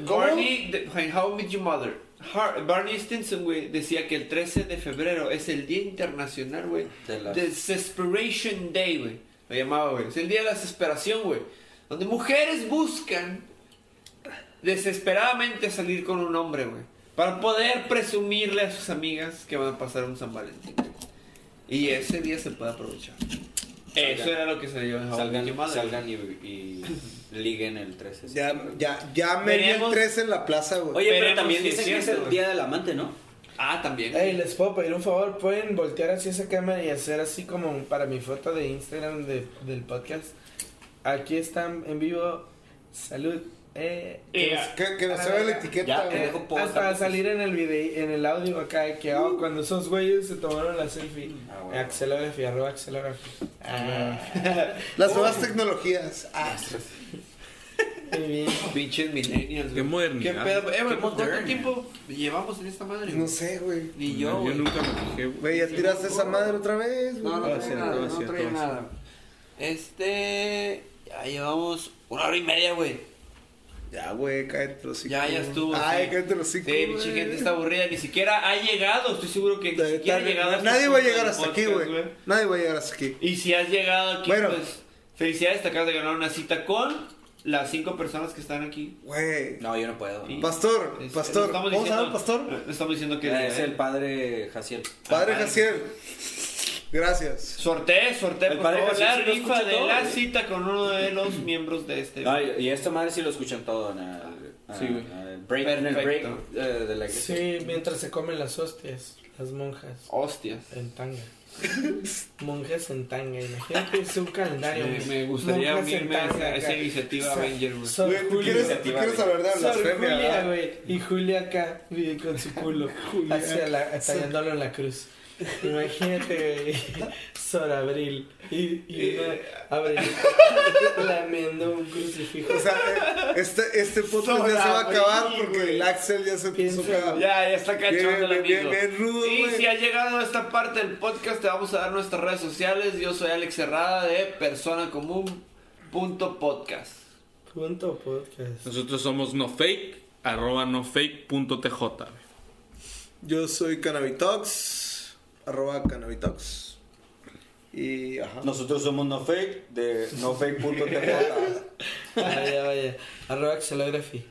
¿Cómo?
Barney, de- en How I Met Your Mother. Har- Barney Stinson, güey, decía que el 13 de febrero es el Día Internacional, güey.
De la-
Desesperation Day, güey. Lo llamaba, güey. Es el Día de la Desesperación, güey. Donde mujeres buscan desesperadamente salir con un hombre, güey. Para poder presumirle a sus amigas que van a pasar un San Valentín. Y ese día se puede aprovechar. Eso era lo que se dio en How I Met
Salgan,
Your Mother.
salgan y, y liguen el 13.
Ya, ya, ya me vi el
Teníamos-
3 en la plaza, güey.
Oye, pero
Esperemos
también
que
dicen
sí
que
es
es el
cierto.
día del amante, ¿no?
Ah, también.
Ey, les puedo pedir un favor, pueden voltear hacia esa cámara y hacer así como para mi foto de Instagram de- del podcast. Aquí están en vivo. Salud. Eh, que nos-
Pues, Que, que no se ve la etiqueta,
Ya,
güey.
eh,
dejo
Ah,
post,
para
pues.
salir en el video, en el audio acá, que oh, cuando esos güeyes se tomaron la selfie.
Ah, bueno.
Axelografía, arroba Ah, axelografía.
Oh.
Las nuevas tecnologías. Ah,
[laughs] Muy bien.
Pinches millennials, güey.
Qué modernidad.
¿Qué pedo? Eh, güey,
Qué
pues, ¿cuánto
moderna.
tiempo llevamos en esta madre?
no sé, güey.
Ni
Yo
yo, güey.
nunca me fijé, güey.
Güey, ya tiraste esa madre otra vez, güey.
No, no
Todo
traía
es cierto,
nada,
todo es
no
cierto,
traía
todo es
nada. Este... Ya llevamos una hora y media, güey.
Ya, güey, cállate los hijos.
Ya, ya estuvo,
Ay,
sí.
cállate los
Sí,
hijos.
mi gente está aburrida. Ni siquiera ha llegado. Estoy seguro que ni siquiera ha llegado. este
Nadie va a
punto
llegar
del
hasta aquí,
podcast,
güey. Nadie va a llegar hasta aquí.
Y si has llegado aquí,
Bueno.
pues... Felicidades, te acabas de ganar una cita con las cinco personas que están aquí.
Güey.
No, yo no puedo.
Y-
Pastor,
Es-
pastor.
no estamos
¿Cómo se llama el
diciendo-
pastor?
no Estamos diciendo que...
Ah, Es el padre Jaciel.
Padre
padre.
Jaciel. Gracias.
Sorté, sorté,
El
por
padre
favor,
Jesús
la
sí lo
rifa
escucha
de
todo,
la
¿eh?
cita con uno de los miembros de este.
No, y y esta madre sí lo escuchan todo en el,
Sí, güey.
en el break, en el break
Perfecto.
eh, de la iglesia.
Sí, mientras se comen las hostias, las monjas
Hostias.
en
[laughs]
tanga. Monjas en tanga, imagínate su calendario.
Me,
güey.
me gustaría
Monjas en
unirme a esa,
tanga
a esa
acá.
iniciativa
Sor-
Avenger, Pues, güey.
Sor
Güey, ¿tú
Julia.
quieres, tú quieres hablar de
Sor
blasfemia,
Julia,
¿verdad?
güey. Y Julia acá, güey, con su culo. hacia la, tallándolo en la cruz. Imagínate, güey. [laughs] Sor Abril. Y, y una Abril. lamiendo un crucifijo.
O sea, eh, este, este podcast ya se va a acabar porque el Axel ya se puso
Piensa-
acá.
Ya, ya está cachondo
Bien,
el
bien,
amigo.
bien rudo,
y
güey.
si has llegado a esta parte del podcast, te vamos a dar nuestras redes sociales. Yo soy Alex Herrada de Persona Común punto podcast.
Punto podcast.
Nosotros somos nofake, arroba nofake.tj. güey.
Yo soy Cannabitox, arroba Cannabitox. Y ajá.
Nosotros somos no fake de nofake.tj.
Vaya, vaya. Arroba Axelography.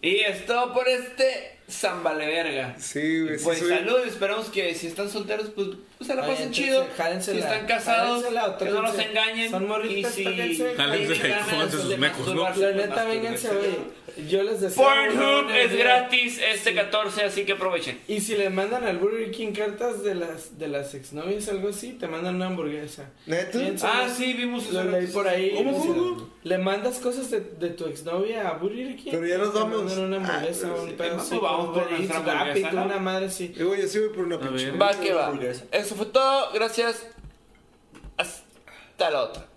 Y es todo por este Zambaleverga.
Sí, güey. sí
Pues
soy-
salud, esperamos que si están solteros, pues, pues se la
Oye,
pasen
entonces,
chido.
jálensela,
si están casados,
jálensela o
que no los
tóquense.
engañen.
Son morritas,
y si
tóquense.
Jálense,
tienen ganas
cómanse sus
de
mecos, ¿no?
masturbarse,
La
pues,
neta, vénganse,
mastúrbense.
güey. Yo les deseo.
Pornhub
una
es
vida.
gratis este 14, así que aprovechen.
Y si le mandan al Burger King cartas de las, de las exnovias, algo así, te mandan una hamburguesa.
¿Neta?
Piensa-
Ah, sí, vimos
Lo
eso.
leí por ahí.
¿Cómo,
no
cómo,
sé,
cómo?
Le mandas cosas de, de tu exnovia a Burger King.
Pero ya nos
Te
vamos.
mandan una hamburguesa
Ah,
o
sí.
un pedo
Vamos,
así,
vamos
un
por
Burger King,
nuestra hamburguesa,
rápido,
¿no?
una madre así.
Eh, güey, yo sí voy por una
ver.
pinche.
Va que va. Eso fue todo, gracias. Hasta la otra.